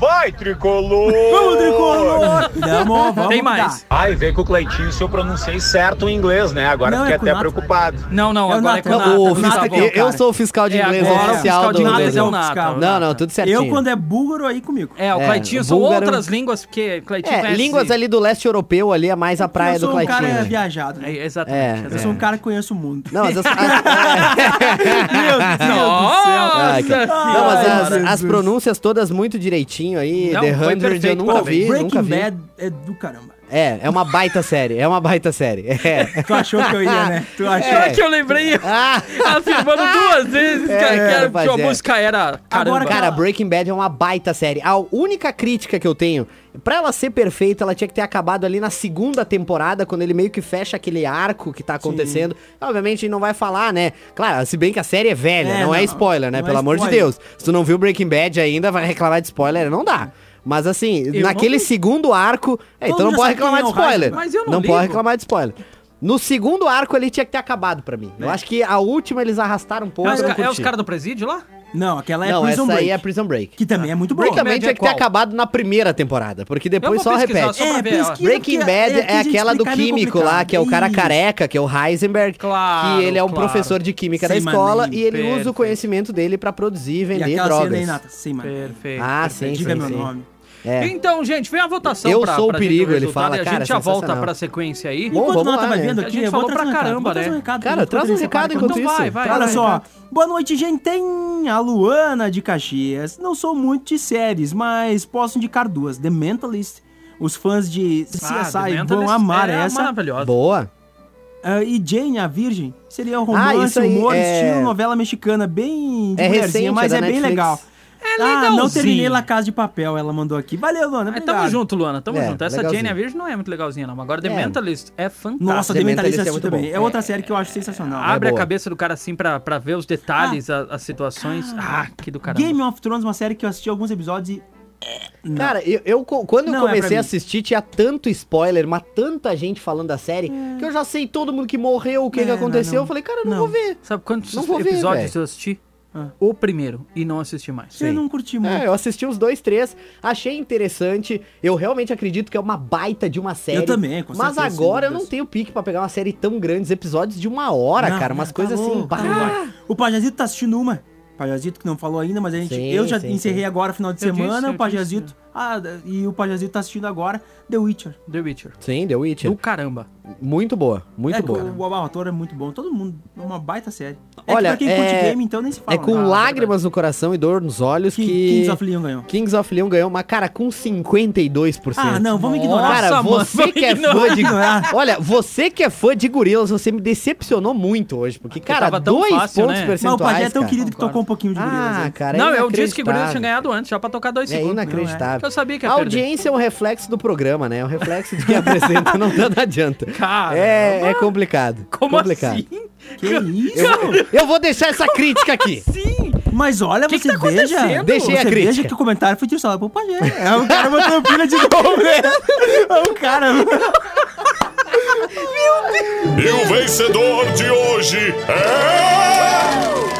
Speaker 9: vai tricolor!
Speaker 5: Vamos, tricolor! Vamos, vamos
Speaker 3: Tem mais.
Speaker 5: mudar.
Speaker 9: Ai, vê que o Cleitinho, se eu pronunciei certo o inglês, né? Agora
Speaker 5: Não,
Speaker 9: fiquei
Speaker 5: é com
Speaker 9: até
Speaker 5: nata.
Speaker 9: preocupado.
Speaker 3: Não, não,
Speaker 5: É o
Speaker 3: agora é
Speaker 5: Nata.
Speaker 3: com o Nata,
Speaker 4: Não, o
Speaker 5: Nata,
Speaker 4: fiscal-
Speaker 3: Gustavo.
Speaker 5: Nata,
Speaker 4: eu, eu
Speaker 5: cara.
Speaker 4: sou o fiscal de
Speaker 3: É,
Speaker 4: inglês
Speaker 3: agora o
Speaker 4: oficial
Speaker 3: fiscal de
Speaker 4: do
Speaker 3: inglês
Speaker 4: Brasil.
Speaker 3: é o Nata.
Speaker 5: fiscal.
Speaker 4: Não, não, tudo certinho.
Speaker 5: Eu, quando é búlgaro, aí comigo.
Speaker 3: É, o
Speaker 4: É,
Speaker 3: Claitinho
Speaker 4: o
Speaker 3: são
Speaker 4: búlgaro-
Speaker 3: outras línguas, porque Claitinho
Speaker 4: É,
Speaker 3: conhece-
Speaker 4: línguas ali do leste europeu ali é mais a praia
Speaker 5: eu sou
Speaker 4: do
Speaker 5: um
Speaker 4: Claitinho.
Speaker 5: cara
Speaker 4: né?
Speaker 5: viajado.
Speaker 3: É,
Speaker 5: né?
Speaker 4: É,
Speaker 3: exatamente.
Speaker 5: Eu sou um cara que conhece o mundo.
Speaker 4: Não, mas as, as-
Speaker 5: Meu Deus do céu.
Speaker 3: Nossa
Speaker 4: Ai, cara.
Speaker 3: senhora.
Speaker 4: Não, mas as,
Speaker 5: Jesus.
Speaker 4: as pronúncias todas muito direitinho aí.
Speaker 3: Não,
Speaker 4: The
Speaker 3: foi
Speaker 4: Hundred eu
Speaker 3: perfeito.
Speaker 4: nunca
Speaker 3: Pô,
Speaker 4: vi, nunca
Speaker 5: Breaking
Speaker 4: vi.
Speaker 5: Bad é do caramba.
Speaker 4: É, é uma baita série, é uma baita série. É.
Speaker 5: Tu achou que eu ia, né? Tu achou
Speaker 4: É.
Speaker 3: Pior que eu lembrei
Speaker 4: Ah,
Speaker 3: afirmando duas vezes que,
Speaker 4: É,
Speaker 3: que, era- que a
Speaker 4: rapaziada.
Speaker 3: música era. Caramba.
Speaker 5: Agora,
Speaker 4: cara,
Speaker 5: aquela-
Speaker 4: Breaking Bad é uma baita série. A única crítica que eu tenho, pra ela ser perfeita, ela tinha que ter acabado ali na segunda temporada, quando ele meio que fecha aquele arco que tá acontecendo. Obviamente, a gente não vai falar, né? Claro, se bem que a série é velha,
Speaker 5: É,
Speaker 4: não, é
Speaker 5: não,
Speaker 4: spoiler, né?
Speaker 5: não é
Speaker 4: Pelo amor de
Speaker 5: spoiler.
Speaker 4: Deus. Se tu não viu Breaking Bad ainda, vai reclamar de spoiler, não dá. Mas assim,
Speaker 3: não
Speaker 4: naquele
Speaker 3: vi.
Speaker 4: segundo arco. É,
Speaker 5: Todo
Speaker 4: então não
Speaker 5: mundo já
Speaker 4: pode
Speaker 5: sabe quem
Speaker 4: reclamar
Speaker 5: é
Speaker 4: de
Speaker 5: o
Speaker 4: spoiler.
Speaker 5: Heisenberg.
Speaker 3: Mas eu não
Speaker 4: Não pode
Speaker 3: ligo.
Speaker 4: reclamar de spoiler. No segundo arco ele tinha que ter acabado pra mim. Eu acho que a última eles arrastaram um pouco.
Speaker 3: É os
Speaker 4: eu
Speaker 3: ca- é os
Speaker 4: curti.
Speaker 3: caras do presídio lá?
Speaker 5: Não, aquela é
Speaker 4: Não,
Speaker 5: Prison
Speaker 4: essa
Speaker 5: Break.
Speaker 4: aí é Prison Break.
Speaker 5: Que também é muito boa.
Speaker 4: Breaking Bad
Speaker 3: Breaking
Speaker 4: tinha que ter
Speaker 3: Bad é qual?
Speaker 4: acabado na primeira temporada, porque depois
Speaker 3: vou
Speaker 4: só
Speaker 3: pesquisar,
Speaker 4: repete.
Speaker 3: só pra ver, ó.
Speaker 5: É, pesquisa,
Speaker 4: Breaking
Speaker 5: porque
Speaker 4: Bad é,
Speaker 5: que a gente
Speaker 4: aquela do
Speaker 5: explicar é meio
Speaker 4: químico lá,
Speaker 5: complicado.
Speaker 4: que é o cara
Speaker 5: Isso.
Speaker 4: careca, que é o Heisenberg,
Speaker 3: Claro,
Speaker 4: que ele é um
Speaker 3: claro.
Speaker 4: professor de química da
Speaker 5: Sim,
Speaker 4: escola
Speaker 5: maninho,
Speaker 4: e ele usa o
Speaker 3: perfeito.
Speaker 4: conhecimento dele pra produzir e
Speaker 5: E
Speaker 4: vender
Speaker 5: aquela
Speaker 4: drogas.
Speaker 5: cena aí, Nata. Sim, mano.
Speaker 3: Perfeito.
Speaker 4: Ah, sim,
Speaker 5: Diga
Speaker 4: sim,
Speaker 5: meu
Speaker 4: sim.
Speaker 5: nome.
Speaker 4: É.
Speaker 3: Então, gente, vem a votação
Speaker 4: Eu
Speaker 3: pra,
Speaker 4: sou o
Speaker 3: pra gente
Speaker 4: perigo,
Speaker 3: ver
Speaker 4: ele
Speaker 3: resultado
Speaker 4: fala,
Speaker 3: e a
Speaker 4: cara,
Speaker 3: gente já volta
Speaker 4: sensacional.
Speaker 3: pra sequência aí.
Speaker 4: Bom,
Speaker 5: Enquanto
Speaker 4: vamos
Speaker 5: nós
Speaker 4: lá,
Speaker 5: tá
Speaker 4: né?
Speaker 5: vendo
Speaker 3: A
Speaker 5: aqui,
Speaker 3: gente
Speaker 5: eu vou
Speaker 3: falou pra
Speaker 5: trazer um recado,
Speaker 3: caramba,
Speaker 5: vou trazer
Speaker 3: né?
Speaker 5: um recado.
Speaker 4: Cara,
Speaker 5: enquanto
Speaker 4: traz um
Speaker 5: eles
Speaker 4: recado
Speaker 5: separam.
Speaker 4: enquanto
Speaker 3: Então
Speaker 4: isso.
Speaker 3: vai, vai,
Speaker 5: Olha
Speaker 3: vai.
Speaker 5: só. Boa noite, gente. Tem a Luana de Caxias. Não sou muito de séries, mas posso indicar duas. The Mentalist. Os fãs de
Speaker 3: Ah,
Speaker 5: CSI
Speaker 3: The
Speaker 5: vão
Speaker 3: Mentalist
Speaker 5: amar
Speaker 3: é
Speaker 5: essa.
Speaker 3: Maravilhosa.
Speaker 4: Boa.
Speaker 5: Ah, e Jane, a Virgem, seria um romance,
Speaker 4: isso aí,
Speaker 5: humor,
Speaker 4: é-
Speaker 5: estilo novela mexicana, bem
Speaker 4: É
Speaker 5: mulherzinha,
Speaker 4: recente, é
Speaker 5: mas
Speaker 4: da
Speaker 5: é bem
Speaker 4: Netflix.
Speaker 5: legal.
Speaker 3: É
Speaker 5: ah,
Speaker 3: legalzinho.
Speaker 5: não terminei La Casa de Papel, ela mandou aqui. Valeu, Luana.
Speaker 3: É,
Speaker 5: obrigado.
Speaker 3: tamo junto, Luana, tamo
Speaker 4: É,
Speaker 3: junto. Essa
Speaker 4: legalzinho.
Speaker 3: Jane a Virgem não é muito legalzinha, não. Agora The
Speaker 4: É.
Speaker 3: Mentalist é fantástico.
Speaker 5: Nossa,
Speaker 4: The
Speaker 5: The Mentalist
Speaker 4: Mentalist é
Speaker 5: assisti
Speaker 4: muito
Speaker 5: também.
Speaker 4: bom.
Speaker 5: É outra série que eu acho sensacional.
Speaker 3: Abre a
Speaker 4: é boa.
Speaker 3: cabeça do cara assim pra, pra ver os detalhes, a- as situações. Ah, que do caramba.
Speaker 5: Game of Thrones, é uma série que eu assisti alguns episódios e.
Speaker 4: Cara, eu, eu co- quando eu
Speaker 5: Não é pra
Speaker 4: comecei
Speaker 5: mim.
Speaker 4: a assistir, tinha tanto spoiler, mas tanta gente falando da série, que eu já sei todo mundo que morreu, o que,
Speaker 5: É,
Speaker 4: que
Speaker 5: não,
Speaker 4: aconteceu.
Speaker 5: não.
Speaker 4: Eu falei, cara, eu não,
Speaker 5: Não.
Speaker 4: vou ver.
Speaker 3: Sabe quantos
Speaker 4: Não vou ver,
Speaker 3: episódios
Speaker 4: velho.
Speaker 3: eu assisti?
Speaker 5: Ah.
Speaker 3: O primeiro e não assisti mais.
Speaker 5: Eu não curti muito.
Speaker 4: É, eu assisti os dois, três, achei interessante. Eu realmente acredito que é uma baita de uma série.
Speaker 5: Eu também, com
Speaker 4: Mas
Speaker 5: certeza,
Speaker 4: agora
Speaker 5: sem
Speaker 4: eu não
Speaker 5: dúvidas.
Speaker 4: tenho pique pra pegar uma série tão grande, episódios de uma hora,
Speaker 5: Não,
Speaker 4: cara. Umas
Speaker 5: não, tá
Speaker 4: coisas assim.
Speaker 5: louco,
Speaker 4: bah,
Speaker 5: não vai. O Pajazito tá assistindo uma. Pajazito que não falou ainda, mas a gente,
Speaker 4: Sim,
Speaker 5: eu já
Speaker 4: sim,
Speaker 5: encerrei
Speaker 4: sim.
Speaker 5: agora final de
Speaker 3: Eu
Speaker 5: semana.
Speaker 3: disse, né? eu
Speaker 5: o Pajazito. Ah, e o Pajazito tá assistindo agora The Witcher.
Speaker 3: The Witcher.
Speaker 4: Sim, The Witcher.
Speaker 3: Do caramba.
Speaker 4: Muito boa, muito
Speaker 5: é,
Speaker 4: boa.
Speaker 5: O, o ator é muito bom. Todo mundo. É uma baita série. É que
Speaker 4: Olha,
Speaker 5: pra quem
Speaker 4: é-
Speaker 5: curte game, então nem se fala.
Speaker 4: É com
Speaker 5: Ah,
Speaker 4: lágrimas no coração e dor nos olhos
Speaker 5: Que
Speaker 4: que.
Speaker 5: Kings of Leon ganhou.
Speaker 4: Kings of Leon ganhou, mas, cara, com 52%.
Speaker 5: Ah, não, vamos ignorar.
Speaker 4: Cara,
Speaker 3: Nossa, mano,
Speaker 4: você que é
Speaker 3: vamos
Speaker 4: fã de.
Speaker 5: ignorar.
Speaker 4: Olha, você que é fã de gorilas, você me decepcionou muito hoje. Porque, cara,
Speaker 3: tava tão
Speaker 4: dois
Speaker 3: fácil, né?
Speaker 4: pontos
Speaker 5: Mas o
Speaker 4: percentuais.
Speaker 5: Pajé é tão
Speaker 4: cara.
Speaker 5: querido que
Speaker 3: Concordo.
Speaker 5: tocou um pouquinho de gorilas.
Speaker 4: Ah,
Speaker 5: né?
Speaker 4: cara, é
Speaker 3: não, eu disse que o Gorilas
Speaker 4: inacreditável.
Speaker 3: tinha ganhado antes, já pra tocar dois
Speaker 4: É
Speaker 3: segundos.
Speaker 4: inacreditável.
Speaker 3: Eu sabia que
Speaker 4: A
Speaker 3: ia perder.
Speaker 4: audiência é um reflexo do programa, né? É um reflexo de quem apresenta, não, não adianta.
Speaker 3: Cara,
Speaker 4: é, é complicado.
Speaker 3: como
Speaker 4: complicado.
Speaker 3: assim?
Speaker 5: Que isso?
Speaker 4: Eu vou deixar essa crítica aqui.
Speaker 5: Mas olha,
Speaker 3: Que que
Speaker 5: você
Speaker 3: tá
Speaker 5: veja.
Speaker 3: acontecendo?
Speaker 4: Deixei a
Speaker 5: você veja
Speaker 4: crítica.
Speaker 5: que o comentário foi tirado pro Pajé. É, o cara botou a pilha de novo, né? O cara.
Speaker 7: E o vencedor de hoje é.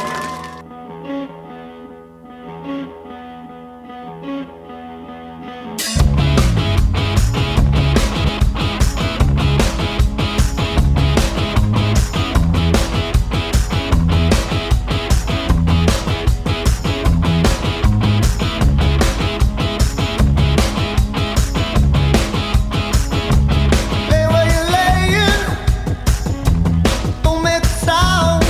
Speaker 6: Lay where you're laying. Don't make a sound.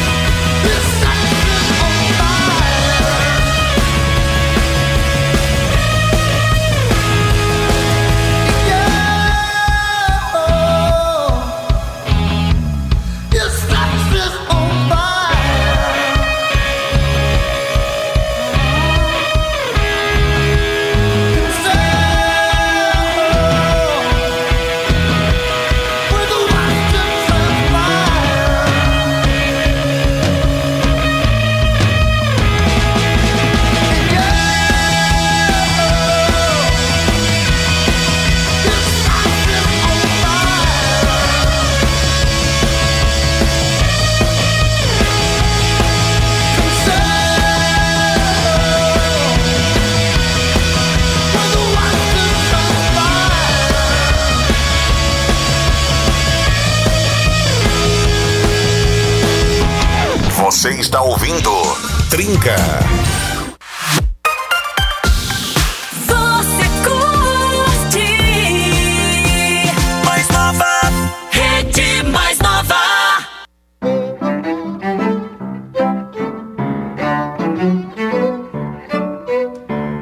Speaker 10: Oh,
Speaker 11: Você está ouvindo Trinca.
Speaker 12: Você curte mais nova, rede mais nova.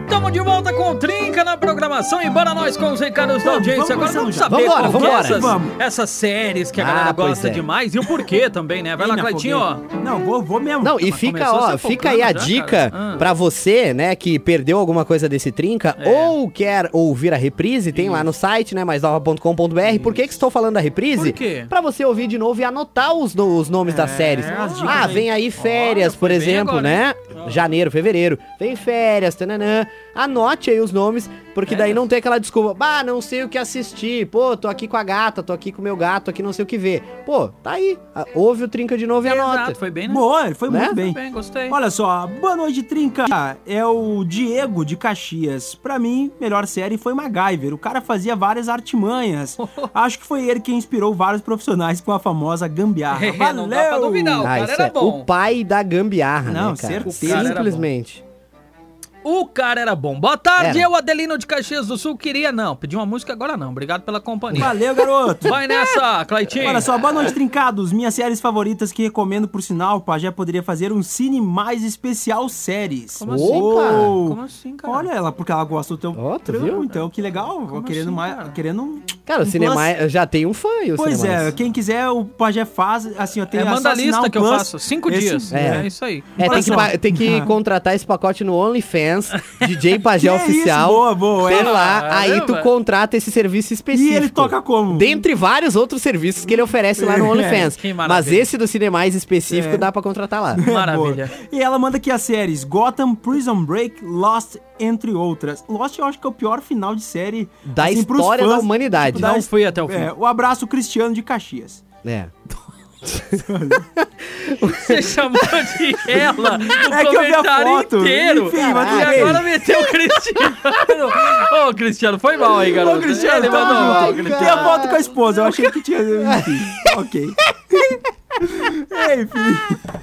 Speaker 3: Tamo de volta com o Trinca na programação e bora nós com os recados da
Speaker 5: Vamos,
Speaker 3: audiência. Agora vamos
Speaker 5: vamos começando
Speaker 3: saber
Speaker 4: já. Vambora,
Speaker 3: qual que é
Speaker 4: vambora.
Speaker 3: essas,
Speaker 5: Vamos.
Speaker 3: essas séries que a
Speaker 4: Ah,
Speaker 3: galera
Speaker 4: pois
Speaker 3: gosta
Speaker 4: é.
Speaker 3: demais e o porquê também, né? Vai lá,
Speaker 5: Ih, me
Speaker 3: Cleitinho, ó.
Speaker 5: afoguei. Não, vou, vou mesmo.
Speaker 4: Não, e
Speaker 3: mas
Speaker 4: fica,
Speaker 3: começou
Speaker 4: ó,
Speaker 3: se
Speaker 4: fica aí a
Speaker 3: focando já,
Speaker 4: dica
Speaker 3: cara. Ah.
Speaker 4: pra você, né, que perdeu alguma coisa desse trinca
Speaker 3: É.
Speaker 4: ou quer ouvir a reprise, tem lá no site, né, maisnova.com.br. Por que que estou falando da reprise?
Speaker 3: Por quê? É,
Speaker 4: Pra você ouvir de novo e anotar os, no- os nomes das séries.
Speaker 5: as dicas
Speaker 4: Ah,
Speaker 5: aí.
Speaker 4: vem aí férias,
Speaker 3: Olha,
Speaker 4: por
Speaker 3: foi bem
Speaker 4: exemplo,
Speaker 3: agora,
Speaker 4: né? Janeiro, fevereiro. Vem férias, tananã. Anote aí os nomes, porque daí não tem aquela desculpa. Bah, não sei o que assistir. Pô, tô aqui com a gata, tô aqui com o meu gato, aqui não sei o que ver. Pô, tá aí. Ah, Ouve o trinca de novo e anota.
Speaker 3: Exato, foi bem, né?
Speaker 5: Boa, ele foi
Speaker 4: Né?
Speaker 5: muito bem.
Speaker 3: Bem, gostei.
Speaker 5: Olha só, boa noite, Trinca. É o Diego de Caxias. Pra mim, melhor série foi MacGyver. O cara fazia várias artimanhas. Acho que foi ele quem inspirou vários profissionais com a famosa gambiarra.
Speaker 3: É,
Speaker 5: Valeu!
Speaker 3: não dá pra duvidar. O
Speaker 4: Ah,
Speaker 3: cara
Speaker 4: isso
Speaker 3: era
Speaker 4: é
Speaker 3: bom.
Speaker 4: o pai da gambiarra,
Speaker 5: Não,
Speaker 4: né, cara?
Speaker 5: certeza.
Speaker 3: O cara era
Speaker 4: Simplesmente.
Speaker 3: O cara era bom. Boa tarde,
Speaker 4: Era.
Speaker 3: eu, Adelino de Caxias do Sul, queria não. Pedi uma música agora não. Obrigado pela companhia.
Speaker 5: Valeu, garoto!
Speaker 3: Vai nessa, Cleitinho.
Speaker 5: Olha só, boa noite, trincados. Minhas séries favoritas que recomendo, por sinal, o Pajé poderia fazer um cine mais especial séries.
Speaker 3: Como assim,
Speaker 4: Opa!
Speaker 3: cara?
Speaker 5: Uou!
Speaker 3: Como assim, cara?
Speaker 5: Olha ela, porque ela gosta do teu
Speaker 4: Ó, tu
Speaker 5: trampo,
Speaker 4: viu?
Speaker 5: então que legal. querendo
Speaker 3: assim,
Speaker 5: mais,
Speaker 3: cara?
Speaker 5: querendo
Speaker 4: Cara, o
Speaker 5: Um
Speaker 4: cinema
Speaker 5: plus.
Speaker 4: é- já tem um fã aí, o
Speaker 5: Pois é,
Speaker 4: Cinemais.
Speaker 5: quem quiser, o Pajé faz, assim, eu tenho
Speaker 3: É, manda a lista que eu faço. Cinco dias.
Speaker 4: É.
Speaker 3: É. isso aí.
Speaker 4: É, tem que,
Speaker 5: Olha só. Ah.
Speaker 4: pa- tem que contratar esse pacote no OnlyFans, DJ Pajé Oficial.
Speaker 5: é Boa, boa.
Speaker 4: Sei
Speaker 5: É.
Speaker 4: lá,
Speaker 3: Caramba.
Speaker 4: aí tu contrata esse serviço específico.
Speaker 5: E ele toca É. como?
Speaker 4: Dentre vários outros serviços que ele oferece lá no OnlyFans.
Speaker 3: que maravilha.
Speaker 4: Mas esse do Cinemais específico dá pra contratar lá.
Speaker 5: É,
Speaker 3: Maravilha.
Speaker 5: boa. E ela manda aqui as séries Gotham, Prison Break, Lost, entre outras. Lost eu acho que é o pior final de série assim,
Speaker 4: Da
Speaker 5: pros
Speaker 4: história da humanidade.
Speaker 5: da
Speaker 3: Não
Speaker 5: his-
Speaker 3: fui até o fim.
Speaker 5: É, o abraço Cristiano de Caxias.
Speaker 4: É.
Speaker 3: Você chamou de ela o
Speaker 5: É que eu vi a
Speaker 3: comentário
Speaker 5: foto.
Speaker 3: inteiro.
Speaker 5: Enfim, mas
Speaker 3: e
Speaker 5: tudo bem.
Speaker 3: agora meteu o Cristiano. Ô, Cristiano, foi mal aí, garoto.
Speaker 5: Ô, Cristiano,
Speaker 3: Ele mandou
Speaker 5: tamo
Speaker 3: mal,
Speaker 5: junto.
Speaker 3: Cristiano.
Speaker 5: Tem a foto com a esposa, eu achei que tinha... Enfim, ok. Enfim,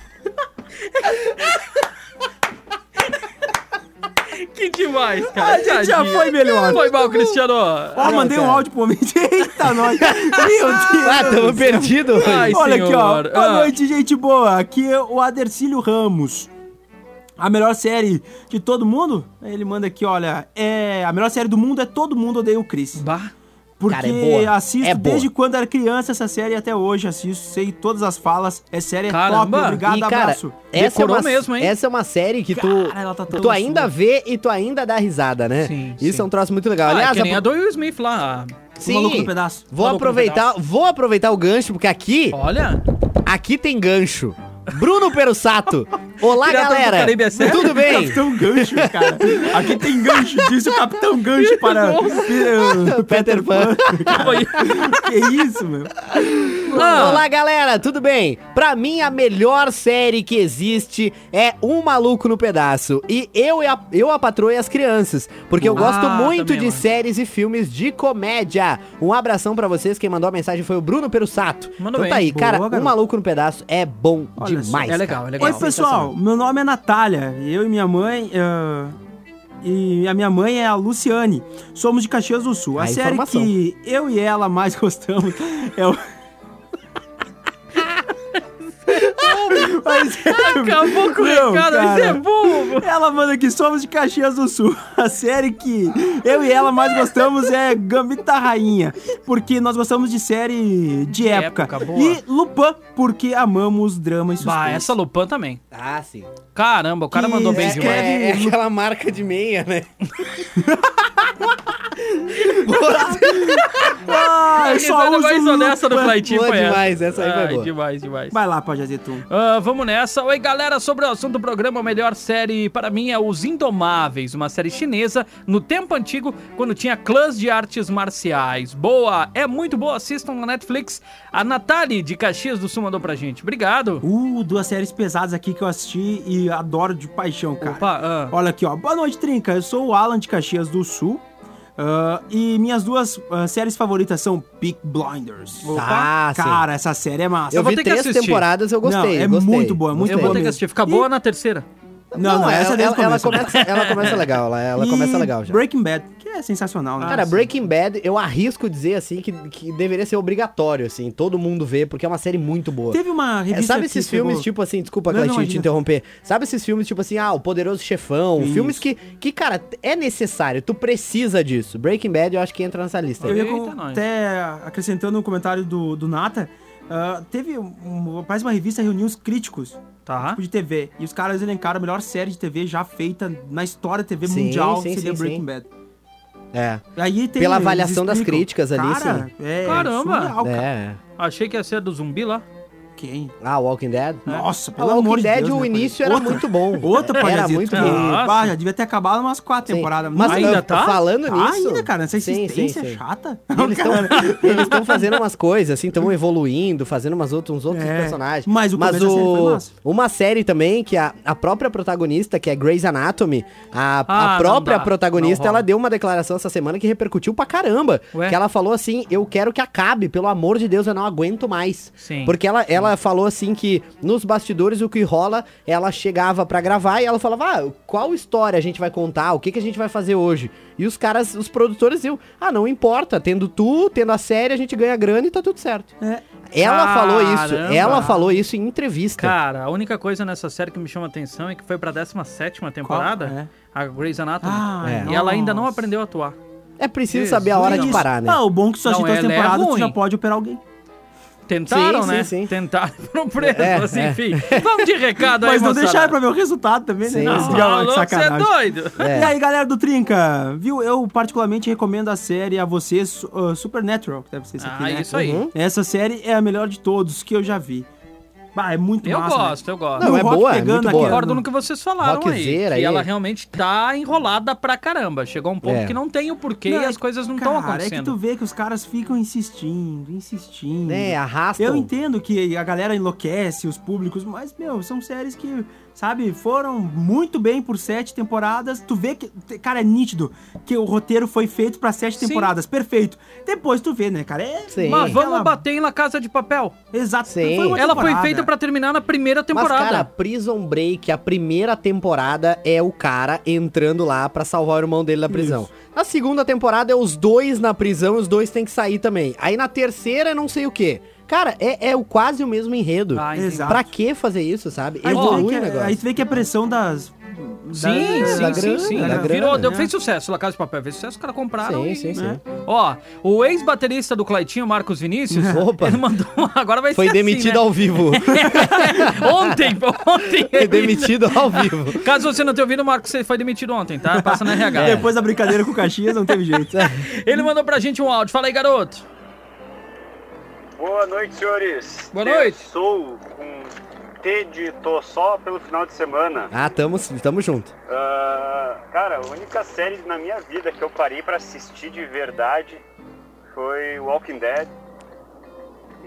Speaker 3: Que demais, cara.
Speaker 5: a gente já
Speaker 3: Tadinho.
Speaker 5: foi melhor.
Speaker 3: Foi mal, Cristiano.
Speaker 5: Ó, mandei um
Speaker 4: cara.
Speaker 5: áudio pro homem. Eita, nós. Meu Deus.
Speaker 4: Ah, tamo
Speaker 5: do céu.
Speaker 4: perdido.
Speaker 3: Ai,
Speaker 5: Olha aqui, ó.
Speaker 3: senhor.
Speaker 5: Boa
Speaker 3: Ah.
Speaker 5: noite, gente boa. Aqui é o Adercílio Ramos. A melhor série de todo mundo? Ele manda aqui, olha. É, a melhor série do mundo é Todo Mundo Odeia o Chris.
Speaker 3: Bah.
Speaker 5: Porque
Speaker 4: Cara, é boa.
Speaker 5: assisto
Speaker 4: É boa.
Speaker 5: desde quando era criança essa série até hoje. Assisto, sei todas as falas. É série é top.
Speaker 3: Caramba.
Speaker 5: Obrigado,
Speaker 4: E, cara,
Speaker 5: abraço.
Speaker 4: Essa é,
Speaker 3: Decorou
Speaker 4: uma,
Speaker 3: mesmo, hein?
Speaker 4: essa é uma série que tu,
Speaker 5: Cara, ela tá
Speaker 4: tu
Speaker 5: tão
Speaker 4: ainda
Speaker 5: sua.
Speaker 4: vê e tu ainda dá risada, né?
Speaker 3: assim. Sim,
Speaker 4: Isso
Speaker 3: sim.
Speaker 4: é um troço muito legal.
Speaker 3: Ah, é
Speaker 4: Aliás,
Speaker 3: que nem
Speaker 4: apro-
Speaker 3: a do Will Smith lá.
Speaker 5: O maluco no
Speaker 4: sim,
Speaker 5: pedaço.
Speaker 4: vou
Speaker 3: Maluco no
Speaker 4: aproveitar, vou aproveitar o gancho, porque aqui,
Speaker 3: Olha.
Speaker 4: aqui tem gancho. Bruno Perussato. Olá,
Speaker 3: Piratão do
Speaker 4: galera.
Speaker 3: Caribe é sério?
Speaker 4: Tudo bem?
Speaker 5: Capitão Gancho, cara. Aqui tem gancho, disse o Capitão Gancho para eh,
Speaker 4: Peter Pan.
Speaker 5: que isso, meu?
Speaker 3: Ah,
Speaker 4: Olá, galera, tudo bem? Pra mim, a melhor série que existe é Um Maluco no Pedaço. E eu, e a, eu a patroa e as crianças. Porque eu
Speaker 3: Ah,
Speaker 4: gosto muito
Speaker 3: também,
Speaker 4: de
Speaker 3: mano.
Speaker 4: séries e filmes de comédia. Um abração pra vocês. Quem mandou a mensagem foi o Bruno Perussato.
Speaker 3: Mandou
Speaker 4: então tá
Speaker 3: bem.
Speaker 4: aí, cara.
Speaker 5: Boa,
Speaker 4: Um
Speaker 5: garoto.
Speaker 4: Maluco no Pedaço é bom
Speaker 5: Olha só,
Speaker 4: demais.
Speaker 3: É legal, é legal.
Speaker 5: Oi, pessoal. Meu nome é Natália. Eu e minha mãe. ah, e a minha mãe é a Luciane. Somos de Caxias do Sul. A
Speaker 4: Ah,
Speaker 5: série
Speaker 4: informação.
Speaker 5: que eu e ela mais gostamos é o. Mas é-
Speaker 3: Acabou com o
Speaker 5: Não,
Speaker 3: recado,
Speaker 5: cara.
Speaker 3: isso é burro.
Speaker 5: Ela manda que somos de Caxias do Sul. A série que eu e ela mais gostamos é Gambita Rainha, porque nós gostamos de série de, época.
Speaker 3: época, boa.
Speaker 5: e Lupin, porque amamos drama e suspense.
Speaker 3: Bah, essa Lupan também.
Speaker 4: Ah, sim.
Speaker 3: Caramba, o cara
Speaker 5: Que
Speaker 3: mandou bem
Speaker 5: é-
Speaker 3: demais.
Speaker 4: É, é aquela marca de meia, né?
Speaker 5: Ah,
Speaker 4: boa,
Speaker 5: Ah,
Speaker 3: A
Speaker 5: eu só
Speaker 3: risada
Speaker 5: uso
Speaker 3: mais honesta do
Speaker 5: Lupin.
Speaker 3: Flight
Speaker 4: boa
Speaker 3: foi essa.
Speaker 4: demais. Essa aí foi
Speaker 3: Ai,
Speaker 4: boa.
Speaker 3: demais, demais.
Speaker 5: Vai lá, Pajazetum.
Speaker 3: Ah, vamos nessa. Oi, galera. Sobre o assunto do programa, a melhor série para mim é Os Indomáveis, uma série chinesa no tempo antigo, quando tinha clãs de artes marciais. Boa, é muito boa. Assistam na Netflix. A Nathalie de Caxias do Sul mandou pra gente. Obrigado.
Speaker 5: Uh, duas séries pesadas aqui que eu assisti e adoro de paixão, cara.
Speaker 3: Opa, ah.
Speaker 5: Olha aqui, ó. Boa noite, Trinca. Eu sou o Alan de Caxias do Sul. Uh, e minhas duas uh, séries favoritas são Peak Blinders.
Speaker 4: Opa, ah,
Speaker 5: cara, sim. essa série é massa.
Speaker 4: Eu,
Speaker 3: Eu vou
Speaker 4: vi
Speaker 3: ter que
Speaker 4: três
Speaker 3: assistir.
Speaker 4: temporadas, eu gostei.
Speaker 5: Não, é
Speaker 4: gostei.
Speaker 5: muito boa, é muito
Speaker 4: Gostei.
Speaker 3: Eu vou ter que
Speaker 5: mesmo.
Speaker 3: assistir. Fica
Speaker 5: E-
Speaker 3: boa na terceira.
Speaker 5: Não, não, essa
Speaker 4: ela,
Speaker 5: desde o
Speaker 4: ela
Speaker 5: começo,
Speaker 4: começa, ela começa legal, ela, ela
Speaker 5: E
Speaker 4: começa legal já.
Speaker 5: Breaking Bad, que é sensacional, né?
Speaker 4: Cara,
Speaker 5: Sim.
Speaker 4: Breaking Bad, eu arrisco dizer assim que, que deveria ser obrigatório, assim, todo mundo ver, porque é uma série muito boa.
Speaker 5: Teve uma
Speaker 4: É,
Speaker 5: revista.
Speaker 4: sabe
Speaker 5: que
Speaker 4: esses
Speaker 5: chegou-
Speaker 4: filmes, tipo assim, desculpa,
Speaker 5: Não, não,
Speaker 4: Cleitinho, te
Speaker 5: imagina.
Speaker 4: interromper. Sabe esses filmes, tipo assim, ah, O Poderoso Chefão,
Speaker 5: Isso.
Speaker 4: filmes que, que, cara, é necessário, tu precisa disso. Breaking Bad, eu acho que entra nessa lista.
Speaker 5: Eu
Speaker 4: aí.
Speaker 5: ia
Speaker 3: Eita,
Speaker 5: com-
Speaker 3: nós.
Speaker 5: até acrescentando um comentário do, do Nata. ah, teve. Um, parece uma revista reuniu os críticos
Speaker 3: Tá.
Speaker 5: tipo, de TV. E os caras elencaram a melhor série de TV já feita na história da TV
Speaker 4: Sim,
Speaker 5: mundial,
Speaker 4: sim,
Speaker 5: seria
Speaker 4: sim,
Speaker 5: Breaking
Speaker 4: sim.
Speaker 5: Bad.
Speaker 4: É.
Speaker 5: Aí tem,
Speaker 4: Pela
Speaker 5: eles
Speaker 4: avaliação das
Speaker 5: explicam.
Speaker 4: críticas ali,
Speaker 5: Cara,
Speaker 4: sim.
Speaker 5: É,
Speaker 3: Caramba!
Speaker 5: surreal, cara.
Speaker 4: É.
Speaker 3: Achei que ia ser do zumbi lá.
Speaker 5: Quem?
Speaker 4: Ah, Walking Dead?
Speaker 5: Nossa,
Speaker 4: Ah,
Speaker 5: É. pelo
Speaker 4: Walking
Speaker 5: amor de
Speaker 4: Dead,
Speaker 5: Deus.
Speaker 4: o
Speaker 5: né,
Speaker 4: início
Speaker 5: coisa.
Speaker 4: era
Speaker 5: Outra-
Speaker 4: muito bom.
Speaker 5: Outra
Speaker 4: Era
Speaker 5: palhaçito
Speaker 4: muito
Speaker 5: que-
Speaker 4: bom.
Speaker 3: Nossa.
Speaker 5: Bah, já devia ter acabado umas quatro
Speaker 4: Sim.
Speaker 5: temporadas.
Speaker 4: Mas
Speaker 3: ainda
Speaker 4: eu-
Speaker 3: tá?
Speaker 4: falando
Speaker 5: Ah,
Speaker 4: nisso.
Speaker 5: ainda, cara, essa
Speaker 4: Sim, sim,
Speaker 5: existência é
Speaker 4: sim.
Speaker 5: chata.
Speaker 4: E Eles estão fazendo umas coisas, assim, estão evoluindo, fazendo umas outras, uns outros
Speaker 5: É,
Speaker 4: personagens.
Speaker 5: mas o começo da série foi massa.
Speaker 4: uma série também que a, a própria protagonista, que é Grey's Anatomy, a,
Speaker 3: Ah,
Speaker 4: a
Speaker 3: não
Speaker 4: própria
Speaker 3: dá,
Speaker 4: protagonista,
Speaker 3: não rola.
Speaker 4: ela deu uma declaração essa semana que repercutiu pra caramba.
Speaker 3: Ué?
Speaker 4: Que ela falou assim: Eu quero que acabe, pelo amor de Deus, eu não aguento mais.
Speaker 3: Sim.
Speaker 4: Porque ela, ela falou assim que nos bastidores o que rola, ela chegava pra gravar e ela falava: ah, qual história a gente vai contar? O que, que a gente vai fazer hoje? E os caras, os produtores diziam: ah, não importa, tendo tu, tendo a série, a gente ganha grana e tá tudo certo.
Speaker 5: É.
Speaker 4: Ela falou isso,
Speaker 3: Caramba.
Speaker 4: ela falou isso em entrevista.
Speaker 3: Cara, a única coisa nessa série que me chama atenção é que foi pra 17 temporada,
Speaker 5: É.
Speaker 3: a Grey's Anatomy.
Speaker 5: Ah,
Speaker 4: É.
Speaker 3: E ela ainda não
Speaker 5: nossa.
Speaker 3: aprendeu a atuar.
Speaker 4: é preciso saber a hora de
Speaker 5: Isso.
Speaker 4: parar, né?
Speaker 5: Ah, o bom é que só
Speaker 3: Não,
Speaker 5: assistiu as
Speaker 3: ela é
Speaker 5: temporadas, tu
Speaker 3: ruim.
Speaker 5: já pode operar alguém.
Speaker 3: Tentaram,
Speaker 4: Sim, sim,
Speaker 3: né?
Speaker 4: sim.
Speaker 3: Tentaram pro preto,
Speaker 4: É,
Speaker 3: mas enfim. Vamos de recado aí,
Speaker 5: Mas não
Speaker 3: moçada.
Speaker 5: deixaram pra ver o resultado também, né?
Speaker 4: Sim, sim.
Speaker 5: Isso já é uma
Speaker 3: Alô, você é
Speaker 5: sacanagem.
Speaker 3: doido.
Speaker 4: É.
Speaker 5: E aí, galera do Trinca, viu? Eu particularmente recomendo a série a vocês, uh, Supernatural, que deve ser isso aqui,
Speaker 3: Ah,
Speaker 5: né?
Speaker 3: isso aí.
Speaker 4: Uhum.
Speaker 5: Essa série é a melhor de todos que eu já vi. Bah, é muito
Speaker 3: Eu
Speaker 5: massa, né?
Speaker 3: gosto, eu gosto.
Speaker 4: Não,
Speaker 5: E o
Speaker 4: é
Speaker 5: Rock
Speaker 4: boa, é
Speaker 5: pegando né?
Speaker 4: muito boa.
Speaker 5: aquela-
Speaker 3: Concordo no que vocês falaram
Speaker 4: Rockzera
Speaker 3: aí.
Speaker 4: aí.
Speaker 3: Que ela realmente tá enrolada pra caramba. Chegou um ponto
Speaker 4: É.
Speaker 3: que não tem o porquê
Speaker 5: Não,
Speaker 3: e as coisas não estão
Speaker 5: Cara, é que tu
Speaker 3: acontecendo.
Speaker 5: vê que os caras ficam insistindo, insistindo.
Speaker 4: Né, arrasta.
Speaker 5: Eu entendo que a galera enlouquece os públicos, mas, meu, são séries que, sabe, foram muito bem por sete temporadas. Tu vê que, te- cara, é nítido que o roteiro foi feito pra sete
Speaker 3: Sim.
Speaker 5: temporadas. Perfeito. Depois tu vê, né, cara? É,
Speaker 4: Sim.
Speaker 3: Mas vamos
Speaker 5: Aquela-
Speaker 3: bater em La Casa de Papel.
Speaker 5: Exato.
Speaker 4: Sim.
Speaker 5: uma
Speaker 3: Ela foi
Speaker 5: temporada.
Speaker 3: feita pra terminar na primeira temporada.
Speaker 4: Mas, cara, Prison Break, a primeira temporada é o cara entrando lá pra salvar o irmão dele da prisão. Na segunda temporada é os dois na prisão e os dois têm que sair também. Aí na terceira é não sei o quê. Cara, é, é o, quase o mesmo enredo.
Speaker 3: Ah, é entendi.
Speaker 5: Exato.
Speaker 4: pra que fazer isso, sabe?
Speaker 5: Aí, tu vê
Speaker 4: Evolui
Speaker 5: que,
Speaker 4: o
Speaker 5: aí
Speaker 4: negócio.
Speaker 5: tu vê que a pressão das.
Speaker 3: Sim,
Speaker 5: da-
Speaker 3: sim,
Speaker 4: da
Speaker 3: sim,
Speaker 4: grana,
Speaker 3: sim.
Speaker 4: da
Speaker 3: Virou,
Speaker 4: grana,
Speaker 3: deu,
Speaker 5: né?
Speaker 3: fez sucesso La Casa de Papel, fez sucesso, os caras compraram.
Speaker 4: Sim,
Speaker 3: e-
Speaker 4: sim,
Speaker 3: né?
Speaker 4: sim.
Speaker 3: Ó, o ex-baterista do Claitinho, Marcos Vinícius,
Speaker 4: Opa.
Speaker 3: ele mandou. um, Agora vai
Speaker 4: Foi
Speaker 3: ser
Speaker 4: demitido
Speaker 3: assim,
Speaker 4: ao vivo.
Speaker 3: né? Ontem, ontem.
Speaker 4: Foi demitido ao vivo.
Speaker 3: Caso você não tenha ouvido, Marcos, você foi demitido ontem, tá? Passa na RH.
Speaker 4: É.
Speaker 5: Depois da brincadeira com o Caxias, não teve jeito.
Speaker 3: Ele mandou pra gente um áudio. Fala aí, garoto.
Speaker 10: Boa noite, senhores.
Speaker 3: Boa noite.
Speaker 10: Sou com T de tô só pelo final de semana.
Speaker 4: Ah, tamo, tamo junto.
Speaker 10: Ah, cara, a única série na minha vida que eu parei pra assistir de verdade foi Walking Dead.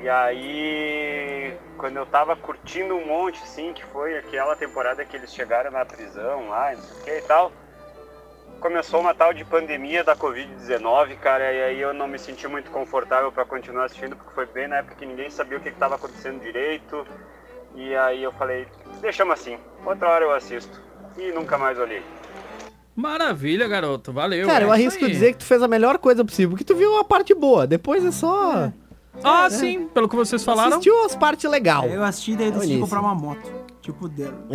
Speaker 10: E aí, quando eu tava curtindo um monte, assim, que foi aquela temporada que eles chegaram na prisão lá, e não sei o que e tal, começou uma tal de pandemia da Covid-19, cara, e aí eu não me senti muito confortável pra continuar assistindo, porque foi bem na época que ninguém sabia o que, que tava acontecendo direito. E aí eu falei, deixamos assim, outra hora eu assisto. E nunca mais olhei.
Speaker 3: Maravilha, garoto. Valeu.
Speaker 4: Cara,
Speaker 3: é
Speaker 4: eu
Speaker 3: isso
Speaker 4: arrisco
Speaker 3: aí.
Speaker 4: dizer que tu fez a melhor coisa possível, porque tu viu a parte boa. Depois é só.
Speaker 3: Ah, sim, pelo que vocês falaram.
Speaker 4: é. Assistiu as partes legais.
Speaker 5: Eu assisti e daí eu decidi
Speaker 4: Ah, Olha isso.
Speaker 5: comprar uma moto. Tipo dela.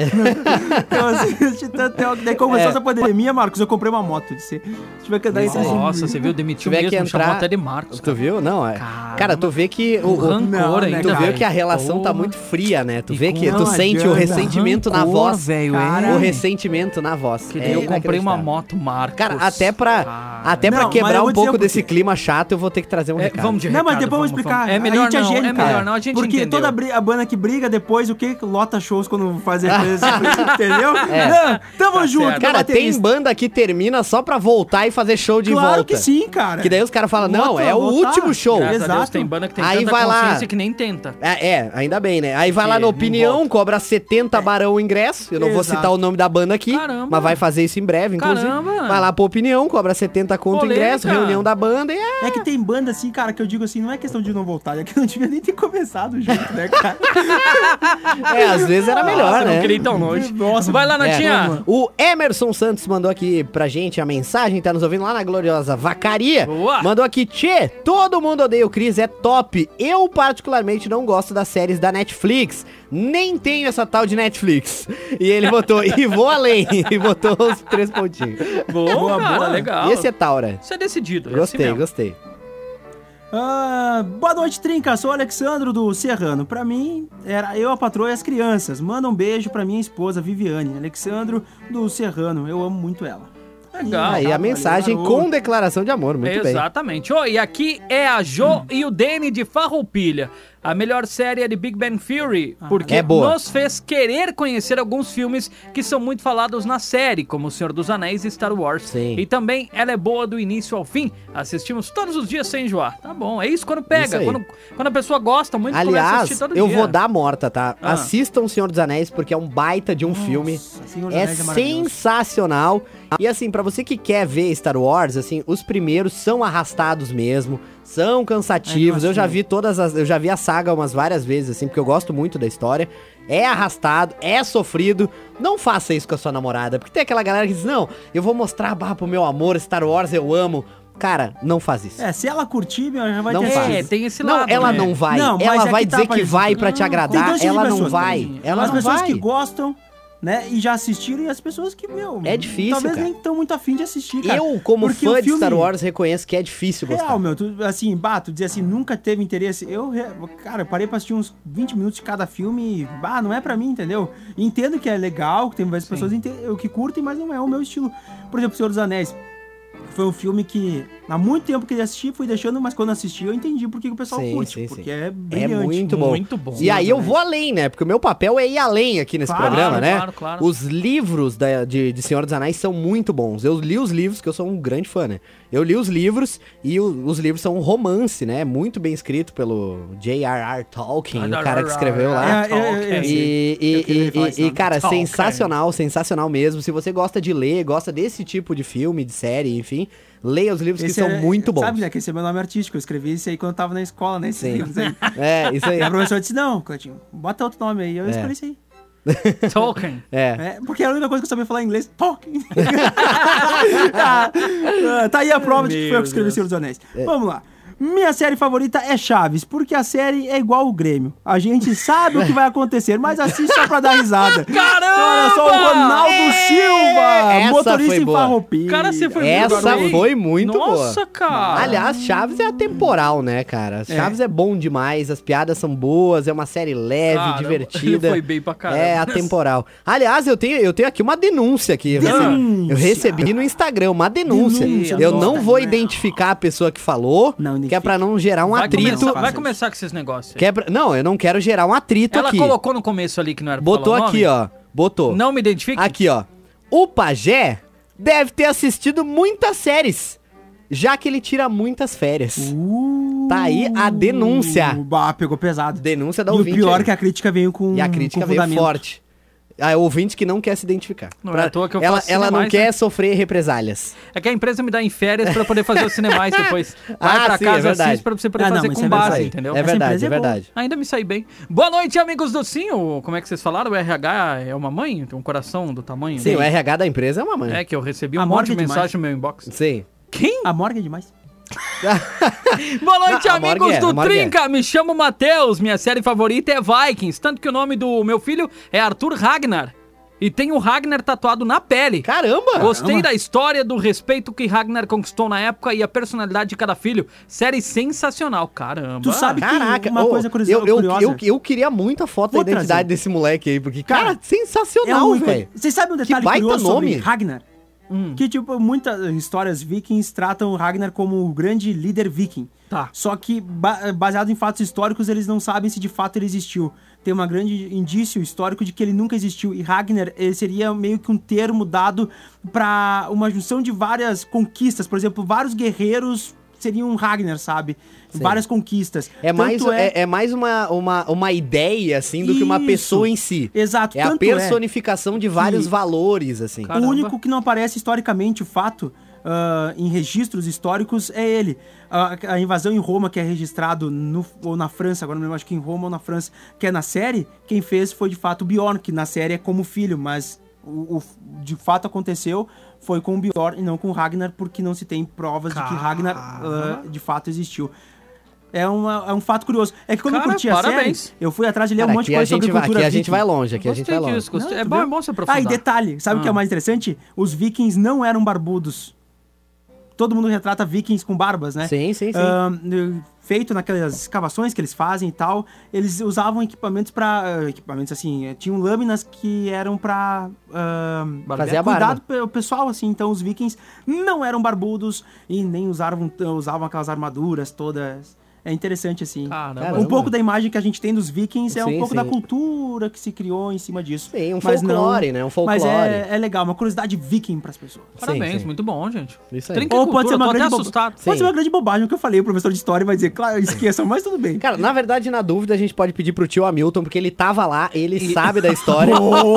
Speaker 5: eu assisti tanto tempo. que Daí começou
Speaker 4: É.
Speaker 5: essa pandemia, Marcos, eu comprei uma moto. Disse, se tiver que andar isso
Speaker 3: Nossa, você viu?
Speaker 4: Se
Speaker 3: Demitiu
Speaker 4: tiver
Speaker 3: mesmo,
Speaker 4: que
Speaker 3: chamou
Speaker 4: entrar.
Speaker 3: até de Marcos.
Speaker 4: Tu
Speaker 3: Cara.
Speaker 4: viu? Não, é.
Speaker 3: Caramba.
Speaker 4: Cara, tu vê que o,
Speaker 3: Com
Speaker 4: o-
Speaker 3: rancor
Speaker 5: Não, né,
Speaker 3: ainda.
Speaker 4: tu vê
Speaker 3: velho.
Speaker 4: que a relação tá
Speaker 3: Porra.
Speaker 4: muito fria, né? Tu
Speaker 3: E
Speaker 4: vê que
Speaker 5: com-
Speaker 4: tu
Speaker 5: não
Speaker 4: sente o
Speaker 5: adianta,
Speaker 4: ressentimento na
Speaker 3: rancor,
Speaker 4: voz.
Speaker 3: velho,
Speaker 4: Cara,
Speaker 3: hein?
Speaker 4: o ressentimento na voz.
Speaker 3: Que
Speaker 4: É
Speaker 3: daí eu comprei uma
Speaker 4: inacreditável.
Speaker 3: moto Marcos.
Speaker 4: Cara, até pra,
Speaker 3: Ah.
Speaker 4: até pra
Speaker 5: Não, mas eu
Speaker 4: quebrar
Speaker 5: vou
Speaker 4: um
Speaker 5: dizer
Speaker 4: pouco
Speaker 5: por quê.
Speaker 4: desse clima chato, eu vou ter que trazer um
Speaker 3: É,
Speaker 4: recado.
Speaker 3: vamos de
Speaker 5: Não, mas
Speaker 3: recado,
Speaker 5: depois eu vou
Speaker 3: vamos,
Speaker 5: explicar.
Speaker 3: vamos. É melhor
Speaker 5: a
Speaker 3: não,
Speaker 5: gente é gênio,
Speaker 3: é
Speaker 5: cara.
Speaker 3: melhor não, a gente
Speaker 5: Porque
Speaker 3: entendeu.
Speaker 5: toda a bri- a banda que briga depois, o que? Lota shows quando não fazer coisa, entendeu?
Speaker 4: É.
Speaker 5: Não, tamo
Speaker 4: Tá
Speaker 5: junto,
Speaker 4: certo. Cara, tem banda que termina só pra voltar e fazer show de
Speaker 5: Claro
Speaker 4: volta.
Speaker 5: que sim, cara.
Speaker 4: Que daí os caras falam, não,
Speaker 5: Volta,
Speaker 4: é o
Speaker 5: voltar.
Speaker 4: último show.
Speaker 5: Graças a Deus,
Speaker 4: Exato.
Speaker 5: tem
Speaker 3: banda que tem
Speaker 4: Aí
Speaker 3: tanta
Speaker 4: vai lá.
Speaker 3: consciência que nem tenta.
Speaker 4: É, é, ainda bem, né? Aí vai lá na
Speaker 3: não
Speaker 4: opinião, cobra 70 barão o ingresso. Eu não vou
Speaker 3: Exato.
Speaker 4: citar o nome da banda aqui,
Speaker 3: Caramba.
Speaker 4: mas vai fazer isso em breve, inclusive.
Speaker 3: Caramba.
Speaker 4: Vai lá pra opinião, cobra 70 conto o ingresso,
Speaker 5: Polêmica.
Speaker 4: reunião da banda e é.
Speaker 5: É que tem banda assim, cara, que eu digo assim, não é questão de não voltar, é que não devia nem ter começado junto, né, cara?
Speaker 4: É, às vezes era melhor,
Speaker 5: Nossa,
Speaker 4: né? É,
Speaker 5: não queria ir
Speaker 3: tão longe.
Speaker 5: Nossa,
Speaker 3: Vai lá, Natinha.
Speaker 4: O Emerson Santos mandou aqui pra gente a mensagem, tá nos ouvindo lá na gloriosa Vacaria. Mandou aqui, Tchê, todo mundo odeia o Chris, é top. Eu, particularmente, não gosto das séries da Netflix. Nem tenho essa tal de Netflix. E ele botou, e vou além. E botou os três pontinhos.
Speaker 3: Boa, cara, legal.
Speaker 4: é E esse é Taura.
Speaker 3: Isso é decidido. é assim
Speaker 4: Gostei,
Speaker 3: mesmo.
Speaker 4: gostei.
Speaker 5: Ah, boa noite, Trinca. Sou o Alexandro do Serrano. Pra mim, era eu, a patroa e as crianças. Manda um beijo pra minha esposa, Viviane. Alexandro do Serrano. Eu amo muito ela.
Speaker 3: Legal.
Speaker 4: Aí a mensagem com declaração de amor, muito bem. Hum.
Speaker 3: Exatamente. Ó, e aqui é a Jo e o Danny de Farroupilha. A melhor série é de Big Bang Theory, porque
Speaker 4: É boa.
Speaker 3: nos fez querer conhecer alguns filmes que são muito falados na série, como O Senhor dos Anéis e Star Wars.
Speaker 4: Sim.
Speaker 3: E também ela é boa do início ao fim. Assistimos todos os dias sem enjoar. Tá bom, é isso quando
Speaker 4: Isso
Speaker 3: pega.
Speaker 4: aí.
Speaker 3: quando, quando a pessoa gosta muito, começa a assistir
Speaker 4: Aliás,
Speaker 3: todo
Speaker 4: eu
Speaker 3: dia.
Speaker 4: vou dar morta, tá?
Speaker 3: Ah.
Speaker 4: Assistam O Senhor dos Anéis, porque é um baita de um filme.
Speaker 5: Senhor dos
Speaker 4: É
Speaker 5: Anéis é maravilhoso.
Speaker 4: sensacional. E assim, pra você que quer ver Star Wars, assim, os primeiros são arrastados mesmo, são cansativos.
Speaker 5: É, eu
Speaker 4: Eu já
Speaker 5: acho
Speaker 4: vi todas as. Eu já vi a saga umas várias vezes, assim, porque eu gosto muito da história. É arrastado, é sofrido. Não faça isso com a sua namorada, porque tem aquela galera que diz: não, eu vou mostrar a barra pro meu amor, Star Wars eu amo. Cara, não faz isso.
Speaker 5: É, se ela curtir, meu, já vai
Speaker 4: Não
Speaker 5: ter
Speaker 4: faz.
Speaker 5: assistido.
Speaker 3: É, tem esse
Speaker 4: um Não,
Speaker 3: lado.
Speaker 4: ela
Speaker 3: né?
Speaker 4: não vai.
Speaker 5: Não, mas
Speaker 4: ela
Speaker 5: é
Speaker 4: vai
Speaker 5: que tá
Speaker 4: dizer que
Speaker 5: parecido.
Speaker 4: vai pra te
Speaker 5: Não, tem dois
Speaker 4: agradar.
Speaker 5: tipos de
Speaker 4: Ela não
Speaker 5: pessoas,
Speaker 4: vai.
Speaker 5: Tandinha.
Speaker 4: Ela
Speaker 5: as
Speaker 4: não
Speaker 5: pessoas
Speaker 4: vai.
Speaker 5: que gostam, né, e já assistiram, e as pessoas que, meu,
Speaker 4: É difícil,
Speaker 5: talvez
Speaker 4: cara.
Speaker 5: nem estão muito afim de assistir, cara.
Speaker 4: Eu, como
Speaker 5: Porque
Speaker 4: fã
Speaker 5: o
Speaker 4: de Star
Speaker 5: filme-
Speaker 4: Wars, reconheço que é difícil gostar.
Speaker 5: Real, meu, tu, assim, bato, dizer assim, nunca teve interesse. Eu, re- cara, eu parei pra assistir uns 20 minutos de cada filme e, bah, não é pra mim, entendeu? Entendo que é legal, que tem várias pessoas inte- eu que curtem, mas não é o meu estilo. Por exemplo, Senhor dos Anéis. Foi um filme que há muito tempo queria assistir, fui deixando, mas quando assisti eu entendi porque que o pessoal
Speaker 4: Sim,
Speaker 5: curte.
Speaker 4: sim,
Speaker 5: porque
Speaker 4: sim.
Speaker 5: é
Speaker 4: É
Speaker 5: brilhante.
Speaker 4: muito bom.
Speaker 3: Muito bom.
Speaker 4: E aí eu vou além, né? Porque o meu papel é ir além aqui nesse
Speaker 5: Claro,
Speaker 4: programa, né?
Speaker 3: claro, claro.
Speaker 4: Os livros da- de, de Senhor dos Anéis são muito bons. Eu li os livros, que eu sou um grande fã, né? Eu li os livros e o- os livros são um romance, né? Muito bem escrito pelo J.R.R. Tolkien, o cara que escreveu lá.
Speaker 5: É, é, é, é,
Speaker 4: E,
Speaker 5: Eu
Speaker 4: e,
Speaker 5: queria
Speaker 4: e-
Speaker 5: falar
Speaker 4: e-
Speaker 5: isso, né?
Speaker 4: e, cara,
Speaker 3: Tolkien.
Speaker 4: sensacional, sensacional mesmo. Se você gosta de ler, gosta desse tipo de filme, de série, enfim, leia os livros que
Speaker 5: Esse
Speaker 4: são
Speaker 5: é-
Speaker 4: muito bons.
Speaker 5: Sabe, né? Que esse é meu nome artístico. Eu escrevi isso aí quando eu tava na escola, né? Esses
Speaker 4: Sim.
Speaker 5: livros aí.
Speaker 4: É, isso aí.
Speaker 5: E a professora disse: Não, Cantinho, bota outro nome aí. Eu
Speaker 4: É.
Speaker 5: escolhi isso aí.
Speaker 3: Tolkien.
Speaker 4: É.
Speaker 5: É, porque era a única coisa que eu sabia falar em inglês. Tolkien. tá, Ah, tá aí a prova de que foi eu que escrevi Senhor dos Anéis.
Speaker 4: É.
Speaker 5: Vamos lá. Minha série favorita é Chaves, porque a série é igual o Grêmio. A gente sabe o que vai acontecer, mas assiste só pra dar risada.
Speaker 3: Caramba! É!
Speaker 5: Olha só, o Ronaldo Silva,
Speaker 4: Essa
Speaker 5: motorista
Speaker 4: foi
Speaker 5: em
Speaker 4: boa.
Speaker 5: Farroupilha.
Speaker 3: Cara, você foi muito
Speaker 4: Essa
Speaker 3: bem.
Speaker 4: foi muito
Speaker 3: Nossa,
Speaker 4: boa.
Speaker 3: cara.
Speaker 4: Aliás, Chaves é atemporal, né, cara? Chaves é. bom demais, as piadas são boas, é uma série leve,
Speaker 3: Caramba,
Speaker 4: divertida.
Speaker 3: ele foi bem pra caramba.
Speaker 4: É atemporal. Aliás, eu tenho, eu tenho aqui uma denúncia aqui. assim.
Speaker 5: Denúncia.
Speaker 4: Eu recebi no Instagram uma denúncia.
Speaker 5: Denúncia,
Speaker 4: eu
Speaker 5: nossa,
Speaker 4: não vou
Speaker 5: não.
Speaker 4: identificar a pessoa que falou,
Speaker 5: Não,
Speaker 4: que é pra não gerar um
Speaker 3: vai
Speaker 4: atrito.
Speaker 3: Começar, vai começar com esses negócios. aí.
Speaker 4: Que é pra- Não, eu não quero gerar um atrito
Speaker 3: Ela
Speaker 4: aqui.
Speaker 3: colocou no começo ali que não era pra
Speaker 4: Botou
Speaker 3: falar o
Speaker 4: aqui,
Speaker 3: nome.
Speaker 4: ó. Botou.
Speaker 3: Não me identifique?
Speaker 4: Aqui, ó. O pajé deve ter assistido muitas séries, já que ele tira muitas férias.
Speaker 5: Uh,
Speaker 4: Tá aí a denúncia.
Speaker 5: Bah, pegou pesado.
Speaker 4: Denúncia da
Speaker 5: e o
Speaker 4: ouvinte.
Speaker 5: pior
Speaker 4: um aí.
Speaker 5: é um que a crítica veio com
Speaker 4: E a crítica
Speaker 5: com
Speaker 4: veio
Speaker 5: fundamento.
Speaker 4: forte. A ouvinte que não quer se identificar.
Speaker 3: Não é à toa que eu
Speaker 4: ela
Speaker 3: faço
Speaker 4: ela não
Speaker 3: demais,
Speaker 4: quer
Speaker 3: né?
Speaker 4: sofrer represálias.
Speaker 3: É que a empresa me dá em férias pra eu poder fazer os cinemais depois. Vai
Speaker 4: Ah,
Speaker 3: pra
Speaker 4: sim, é
Speaker 3: casa,
Speaker 4: verdade.
Speaker 3: assiste pra você poder
Speaker 5: Ah, não,
Speaker 3: fazer
Speaker 5: mas
Speaker 3: com
Speaker 5: é
Speaker 3: base,
Speaker 5: verdade.
Speaker 3: entendeu?
Speaker 4: É verdade, é
Speaker 5: empresa é boa.
Speaker 4: verdade.
Speaker 3: Ainda me saí bem. Boa noite, amigos do Sim. O- Como é que vocês falaram? O RH é uma mãe? Tem um coração do tamanho?
Speaker 4: Sim, o
Speaker 3: dele?
Speaker 4: RH da empresa é uma mãe.
Speaker 3: É que eu recebi um
Speaker 5: A
Speaker 3: monte de
Speaker 5: morgue é
Speaker 3: mensagem
Speaker 5: demais.
Speaker 3: no meu inbox.
Speaker 4: Sim.
Speaker 3: Quem?
Speaker 5: A morgue é demais.
Speaker 3: Boa noite,
Speaker 4: Não, a morgue
Speaker 3: amigos
Speaker 4: é, a
Speaker 3: do
Speaker 4: morgue é.
Speaker 3: Trinca. Me chamo Matheus. Minha série favorita é Vikings. Tanto que o nome do meu filho é Arthur Ragnar. E tem o Ragnar tatuado na pele.
Speaker 4: Caramba!
Speaker 3: Gostei da história, do respeito que Ragnar conquistou na época e a personalidade de cada filho. Série sensacional, caramba.
Speaker 5: Tu sabe-
Speaker 4: Caraca,
Speaker 5: Uma
Speaker 4: ô,
Speaker 5: coisa curiosa-
Speaker 4: eu, eu,
Speaker 5: curiosa.
Speaker 4: eu, eu queria muito a foto
Speaker 5: Vou
Speaker 4: da identidade
Speaker 5: trazer.
Speaker 4: desse moleque aí, porque,
Speaker 5: Cara, é
Speaker 4: cara, sensacional,
Speaker 5: ícone.
Speaker 4: É velho.
Speaker 5: Vocês sabem um
Speaker 4: Que
Speaker 5: detalhe
Speaker 4: baita
Speaker 5: curioso sobre
Speaker 4: nome.
Speaker 5: Ragnar? Hum. Que, tipo, muitas histórias vikings tratam Ragnar como o grande líder viking.
Speaker 3: Tá.
Speaker 5: Só que, ba baseado em fatos históricos, eles não sabem se de fato ele existiu. Tem um grande indício histórico de que ele nunca existiu. E Ragnar ele seria meio que um termo dado para uma junção de várias conquistas. Por exemplo, vários guerreiros seriam um Ragnar, sabe? Sim. Várias conquistas.
Speaker 4: É Tanto mais, é... é... mais uma, uma, uma ideia, assim, do Isso. que uma pessoa em si.
Speaker 5: Exato.
Speaker 4: É Tanto a personificação é de vários que... valores, assim.
Speaker 5: Caramba. O único que não aparece historicamente, o fato, uh, em registros históricos, é ele. Uh, a invasão em Roma, que é registrado no, ou na França, agora não lembro, acho que em Roma ou na França, que é na série, quem fez foi, de fato, o Bjorn, que na série é como filho, mas o, o de fato aconteceu foi com o Bjorn e não com o Ragnar, porque não se tem provas Caramba. de que Ragnar uh, de fato existiu. É, uma, é um fato curioso. É que quando
Speaker 3: Cara,
Speaker 5: eu curti
Speaker 3: parabéns.
Speaker 5: a série, eu fui atrás de ler Cara, um monte de coisa sobre
Speaker 4: vai,
Speaker 5: cultura
Speaker 4: aqui viking. a gente vai longe, aqui gostei a gente né? vai longe.
Speaker 3: Disso, não, é, bom, é bom se aprofundar.
Speaker 5: Ah, e detalhe, sabe o ah. que é mais interessante? Os vikings não eram barbudos. Todo mundo retrata vikings com barbas, né?
Speaker 4: Sim, sim, sim. Uh,
Speaker 5: feito naquelas escavações que eles fazem e tal, eles usavam equipamentos para uh, equipamentos assim, uh, tinham lâminas que eram para uh,
Speaker 3: é,
Speaker 4: fazer a
Speaker 5: barba. Cuidado pessoal assim, então os vikings não eram barbudos e nem usavam usavam aquelas armaduras todas. É interessante assim.
Speaker 3: Caramba.
Speaker 5: Um pouco da imagem que a gente tem dos vikings é sim, um pouco sim. da cultura que se criou em cima disso.
Speaker 4: Sim, um folclore, não, né? Um folclore.
Speaker 5: Mas é, é legal, uma curiosidade viking para as pessoas.
Speaker 3: Parabéns, sim, muito bom, gente.
Speaker 4: Isso aí. Trinca
Speaker 5: Ou pode cultura, ser uma grande assustado. Pode ser uma grande bobagem o que eu falei, o professor de história vai dizer, claro, esqueçam, mas tudo bem.
Speaker 4: Cara, na verdade, na dúvida a gente pode pedir pro tio Hamilton, porque ele tava lá, ele e... sabe da história,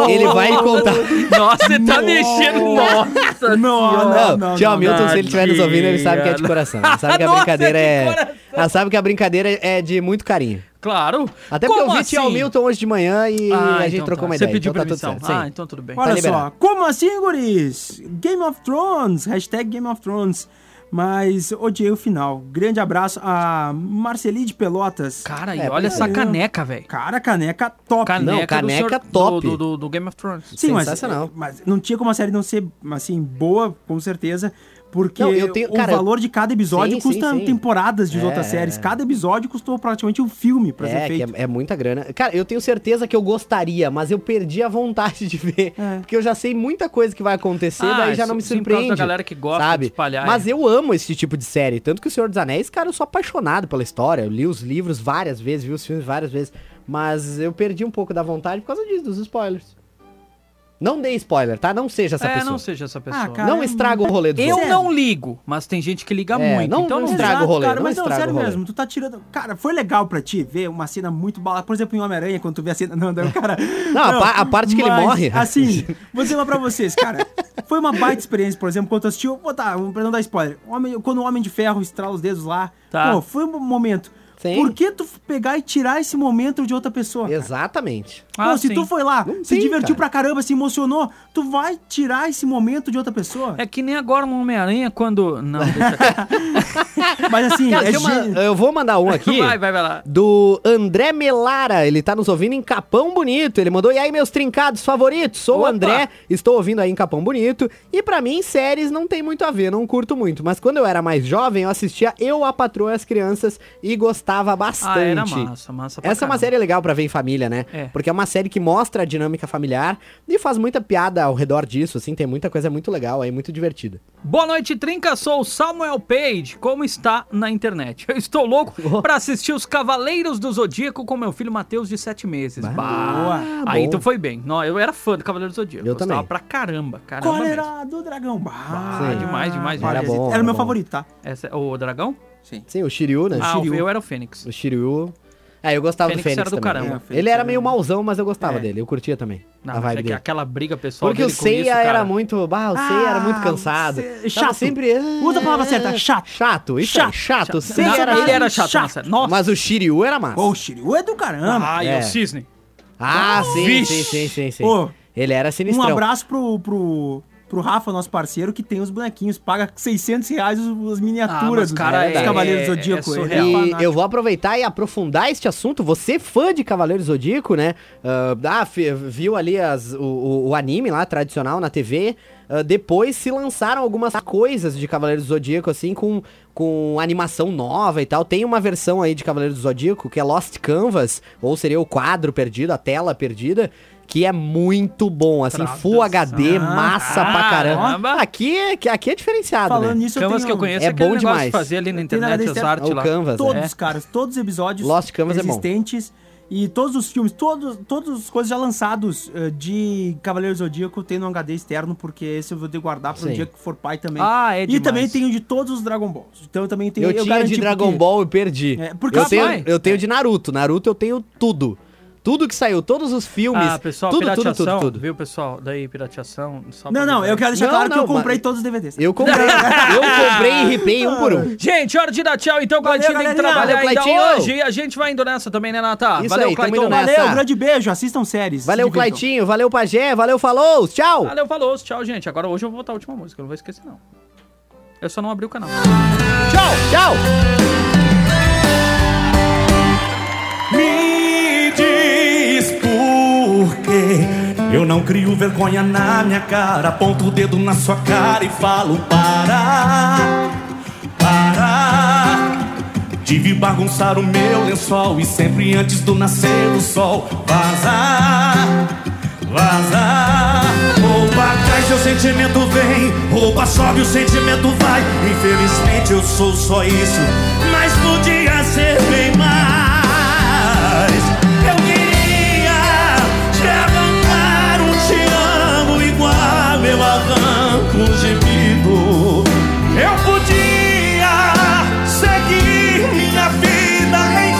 Speaker 4: ele vai contar.
Speaker 3: Nossa, você tá mexendo. Nossa.
Speaker 4: Não, não, não, Tio Hamilton, se ele estiver nos ouvindo, ele sabe que é de coração. Ele sabe que a brincadeira é ela sabe que a brincadeira é de muito carinho.
Speaker 3: Claro.
Speaker 4: Até porque como eu vi assim? Tio Milton hoje de manhã e ah, a gente então trocou tá. uma ideia.
Speaker 3: Você pediu
Speaker 4: então
Speaker 3: tá permissão. Tudo certo. Ah, então tudo bem.
Speaker 5: Olha tá só, como assim, guris? Game of Thrones, hashtag Game of Thrones. Mas odiei o final. Grande abraço a Marceli de Pelotas.
Speaker 3: Cara, é, e olha essa caneca, velho.
Speaker 5: Cara, caneca top.
Speaker 3: Caneca,
Speaker 4: não, caneca do senhor, top.
Speaker 3: Do, do, do, Game of Thrones.
Speaker 5: Sim, Sensacional. Mas, mas não tinha como a série não ser, assim, boa, com certeza. Porque não, tenho, o cara, valor de cada episódio sim, custa sim, sim. temporadas de é, outras séries. Cada episódio custou praticamente um filme pra
Speaker 4: é,
Speaker 5: ser feito.
Speaker 4: É, é, muita grana. Cara, eu tenho certeza que eu gostaria, mas eu perdi a vontade de ver. Porque eu já sei muita coisa que vai acontecer, É. ah, daí já não me surpreende.
Speaker 3: Da galera que gosta
Speaker 4: sabe?
Speaker 3: de espalhar. é.
Speaker 4: Mas eu amo esse tipo de série. Tanto que o Senhor dos Anéis, cara, eu sou apaixonado pela história. Eu li os livros várias vezes, vi os filmes várias vezes. Mas eu perdi um pouco da vontade por causa disso, dos spoilers. Não dê spoiler, tá? Não seja essa
Speaker 3: é,
Speaker 4: pessoa.
Speaker 3: não seja essa pessoa. Ah,
Speaker 4: cara, não estraga o rolê do
Speaker 3: Eu outros. não ligo, mas tem gente que liga é, muito.
Speaker 4: é. Não,
Speaker 3: então
Speaker 4: não estraga o rolê, cara, não mas estraga não, sério o rolê. mesmo,
Speaker 5: tu tá tirando... Cara, foi legal pra ti ver uma cena muito bala. Por exemplo, em Homem-Aranha, quando tu vê a cena... Não, daí o cara...
Speaker 4: É. Não, não a, a, parte que mas, ele morre... né?
Speaker 5: Assim, vou dizer uma pra vocês, cara. Foi uma baita experiência, por exemplo, quando tu assistiu... Vou tá, pra não dar spoiler. Homem, quando o Homem de Ferro estrala os dedos lá...
Speaker 3: Tá.
Speaker 5: Pô, foi um momento... Sim. Por que tu pegar e tirar esse momento de outra pessoa? Cara?
Speaker 4: Exatamente.
Speaker 5: Ah, Pô, se sim. tu foi lá, não se tem, divertiu cara. pra caramba, se emocionou, tu vai tirar esse momento de outra pessoa.
Speaker 3: É que nem agora no Homem-Aranha, quando. Não,
Speaker 4: Mas assim, cara, é uma... eu vou mandar um aqui.
Speaker 3: vai, vai, vai lá.
Speaker 4: Do André Melara. Ele tá nos ouvindo em Capão Bonito. Ele mandou: E aí, meus trincados favoritos? Sou Opa. o André, estou ouvindo aí em Capão Bonito. E para mim, séries não tem muito a ver, não curto muito. Mas quando eu era mais jovem, eu assistia Eu, a Patroa e as Crianças e gostava gostava bastante. Ah,
Speaker 3: era massa, massa
Speaker 4: Essa caramba. é uma série legal para ver em família, né?
Speaker 3: É.
Speaker 4: Porque é uma série que mostra a dinâmica familiar e faz muita piada ao redor disso, assim, tem muita coisa muito legal aí, muito divertida.
Speaker 3: Boa noite, Trinca, sou o Samuel Page, como está na internet? Eu estou louco oh. para assistir Os Cavaleiros do Zodíaco com meu filho Matheus de 7 meses. Bah, bah. Aí tu foi bem. Não, eu era fã do Cavaleiro do Zodíaco,
Speaker 4: eu gostava também.
Speaker 3: pra caramba, caramba
Speaker 5: Cólera do Dragão, bah.
Speaker 3: bah demais, demais,
Speaker 4: Era,
Speaker 3: demais.
Speaker 4: bom,
Speaker 5: era, era meu bom. favorito, tá?
Speaker 3: Essa, é o Dragão?
Speaker 4: Sim. Sim, o Shiryu, né?
Speaker 3: Ah, Shiryu. eu era o Fênix.
Speaker 4: O Shiryu. Ah, eu gostava
Speaker 3: Fênix
Speaker 4: do Fênix
Speaker 3: era do
Speaker 4: também.
Speaker 3: caramba.
Speaker 4: É, ele era meio mauzão, mas eu gostava é. dele. Eu curtia também.
Speaker 3: Não, mas é que aquela briga pessoal
Speaker 4: Porque o Seiya isso, era muito... Bah, o Seiya ah, era muito cansado. Se...
Speaker 5: Chato. Tava
Speaker 4: sempre... "Ah, é,
Speaker 5: Outra palavra certa. Chato.
Speaker 4: Chato. Isso chato. Aí, chato. chato.
Speaker 3: Seiya não, era... Ele era chato. chato.
Speaker 4: Nossa. Mas o Shiryu era massa.
Speaker 5: Oh, o Shiryu é do caramba.
Speaker 3: Ah, e o Cisne.
Speaker 4: Ah, oh. sim, sim, sim, sim, sim. Oh. Ele era sinistrão.
Speaker 5: Um abraço pro... pro pro Rafa, nosso parceiro, que tem os bonequinhos. Paga 600 reais as miniaturas
Speaker 3: ah, cara, dos, é,
Speaker 5: Cavaleiros é, Zodíaco.
Speaker 4: É, e eu vou aproveitar e aprofundar este assunto. Você, é fã de Cavaleiros ah, Zodíaco, né? Uh, ah, viu ali as, o, o, o anime lá, tradicional, na TV. Uh, depois se lançaram algumas coisas de Cavaleiro do Zodíaco, assim, com, com animação nova e tal. Tem uma versão aí de Cavaleiro do Zodíaco que é Lost Canvas, ou seria o quadro perdido, a tela perdida. Que é muito bom, assim,
Speaker 3: Tradução.
Speaker 4: Full HD, massa pra caramba.
Speaker 3: Caramba.
Speaker 4: Aqui, que- aqui é diferenciado,
Speaker 5: Falando
Speaker 4: né?
Speaker 5: nisso, eu
Speaker 3: Canvas
Speaker 5: tenho...
Speaker 3: que eu conheço
Speaker 4: É
Speaker 3: é aquele
Speaker 4: bom
Speaker 3: negócio
Speaker 4: demais.
Speaker 3: de fazer ali na
Speaker 5: Tem na
Speaker 3: internet
Speaker 5: lista-
Speaker 3: as artes
Speaker 4: o
Speaker 3: lá.
Speaker 4: Canvas,
Speaker 5: Todos,
Speaker 4: né?
Speaker 5: caras, é. todos os episódios
Speaker 4: Lost Canvas é bom.
Speaker 5: existentes e todos os filmes, todos, todas as coisas já lançados eh, de Cavaleiro Zodíaco tem no HD externo, porque esse eu vou ter que guardar para um
Speaker 4: Sim.
Speaker 5: dia que for pai também.
Speaker 3: Ah, é
Speaker 5: e
Speaker 3: demais.
Speaker 5: também tenho de todos os Dragon Balls. Então eu também tenho.
Speaker 4: Eu, tinha
Speaker 5: garanti
Speaker 4: de Dragon
Speaker 5: porque-
Speaker 4: Ball, eu perdi.
Speaker 5: É, porque
Speaker 4: eu,
Speaker 5: lá
Speaker 4: tenho,
Speaker 5: vai.
Speaker 4: eu tenho de Naruto. Naruto eu tenho tudo. Tudo que saiu, todos os filmes.
Speaker 3: Ah, pessoal,
Speaker 4: tudo, tudo,
Speaker 3: pirateação,
Speaker 4: tudo, tudo.
Speaker 3: viu, pessoal? Daí, pirateação... só pra
Speaker 5: Não, não,
Speaker 3: avisar.
Speaker 5: eu quero deixar
Speaker 4: Não,
Speaker 5: claro que
Speaker 4: não,
Speaker 5: eu comprei
Speaker 4: mas-
Speaker 5: todos os DVDs.
Speaker 4: Eu comprei. eu comprei e ripei um por um.
Speaker 3: Gente, hora de dar tchau, então,
Speaker 5: Valeu,
Speaker 3: Claitinho tem que
Speaker 5: galerinha.
Speaker 3: trabalhar
Speaker 4: Valeu,
Speaker 3: ainda
Speaker 4: Claitinho.
Speaker 3: hoje. E a gente vai indo nessa também, né, Nata?
Speaker 4: Isso
Speaker 3: Valeu,
Speaker 4: aí, tamo
Speaker 3: Claiton.
Speaker 4: indo nessa.
Speaker 5: Valeu, grande beijo, assistam séries.
Speaker 4: Valeu,
Speaker 5: se divirtam.
Speaker 4: Claitinho. Valeu, Pajé. Valeu, falou. Tchau.
Speaker 3: Valeu, falou, tchau, gente. Agora hoje eu vou botar a última música, eu não vou esquecer, não. Eu só não abri o canal.
Speaker 4: Tchau. Tchau.
Speaker 13: Me diz por quê eu não crio vergonha na minha cara. Aponto o dedo na sua cara e falo: para, para. Tive bagunçar o meu lençol e sempre antes do nascer do sol vazar. Vazar, rouba atrás seu sentimento vem, rouba sobe o sentimento vai. Infelizmente eu sou só isso, mas podia ser bem mais. Eu queria te arrancar um te amo igual eu arranco um gemido. Eu podia seguir minha vida em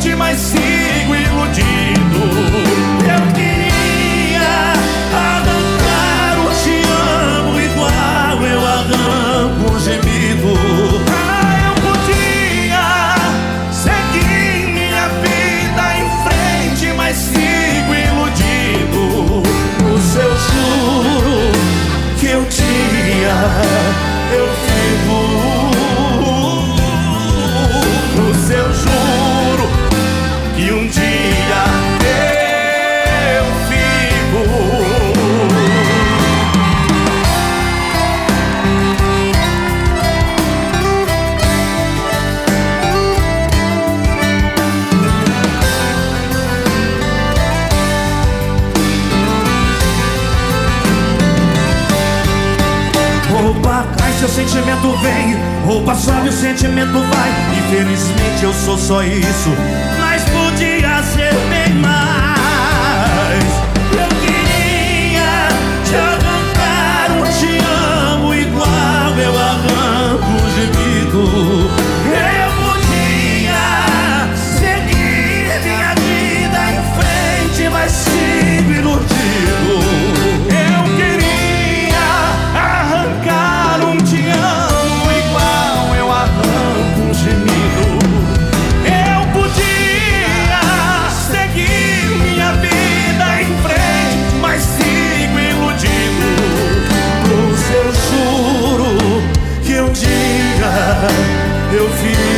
Speaker 13: frente, mas sigo iludido. Eu queria arrancar o te amo igual eu arranco um gemido. Ah, eu podia seguir minha vida em frente, mas sigo iludido. No seu juro que eu tinha, eu vivo. No seu juro que um dia eu fico. Roupa cai, seu sentimento vem. Roupa sobe, o sentimento vai. Infelizmente eu sou só isso. Mas podia ser bem mais. Eu queria te arrancar um te amo igual eu arranco um gemido. Eu podia seguir minha vida em frente, mas sigo iludido. Eu queria arrancar um te amo igual eu arranco um gemido. Eu podia seguir minha vida em frente, mas sigo iludido. Com seu juro que eu diga, eu fico.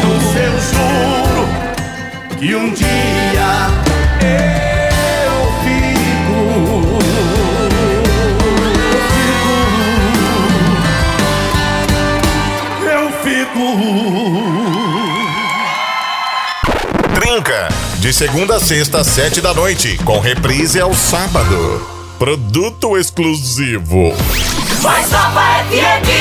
Speaker 13: Com seu juro que um dia eu fico. Eu fico. Eu fico.
Speaker 7: Trinca. De segunda a sexta, às sete da noite. Com reprise ao sábado. Produto exclusivo.
Speaker 12: Mais Nova FM.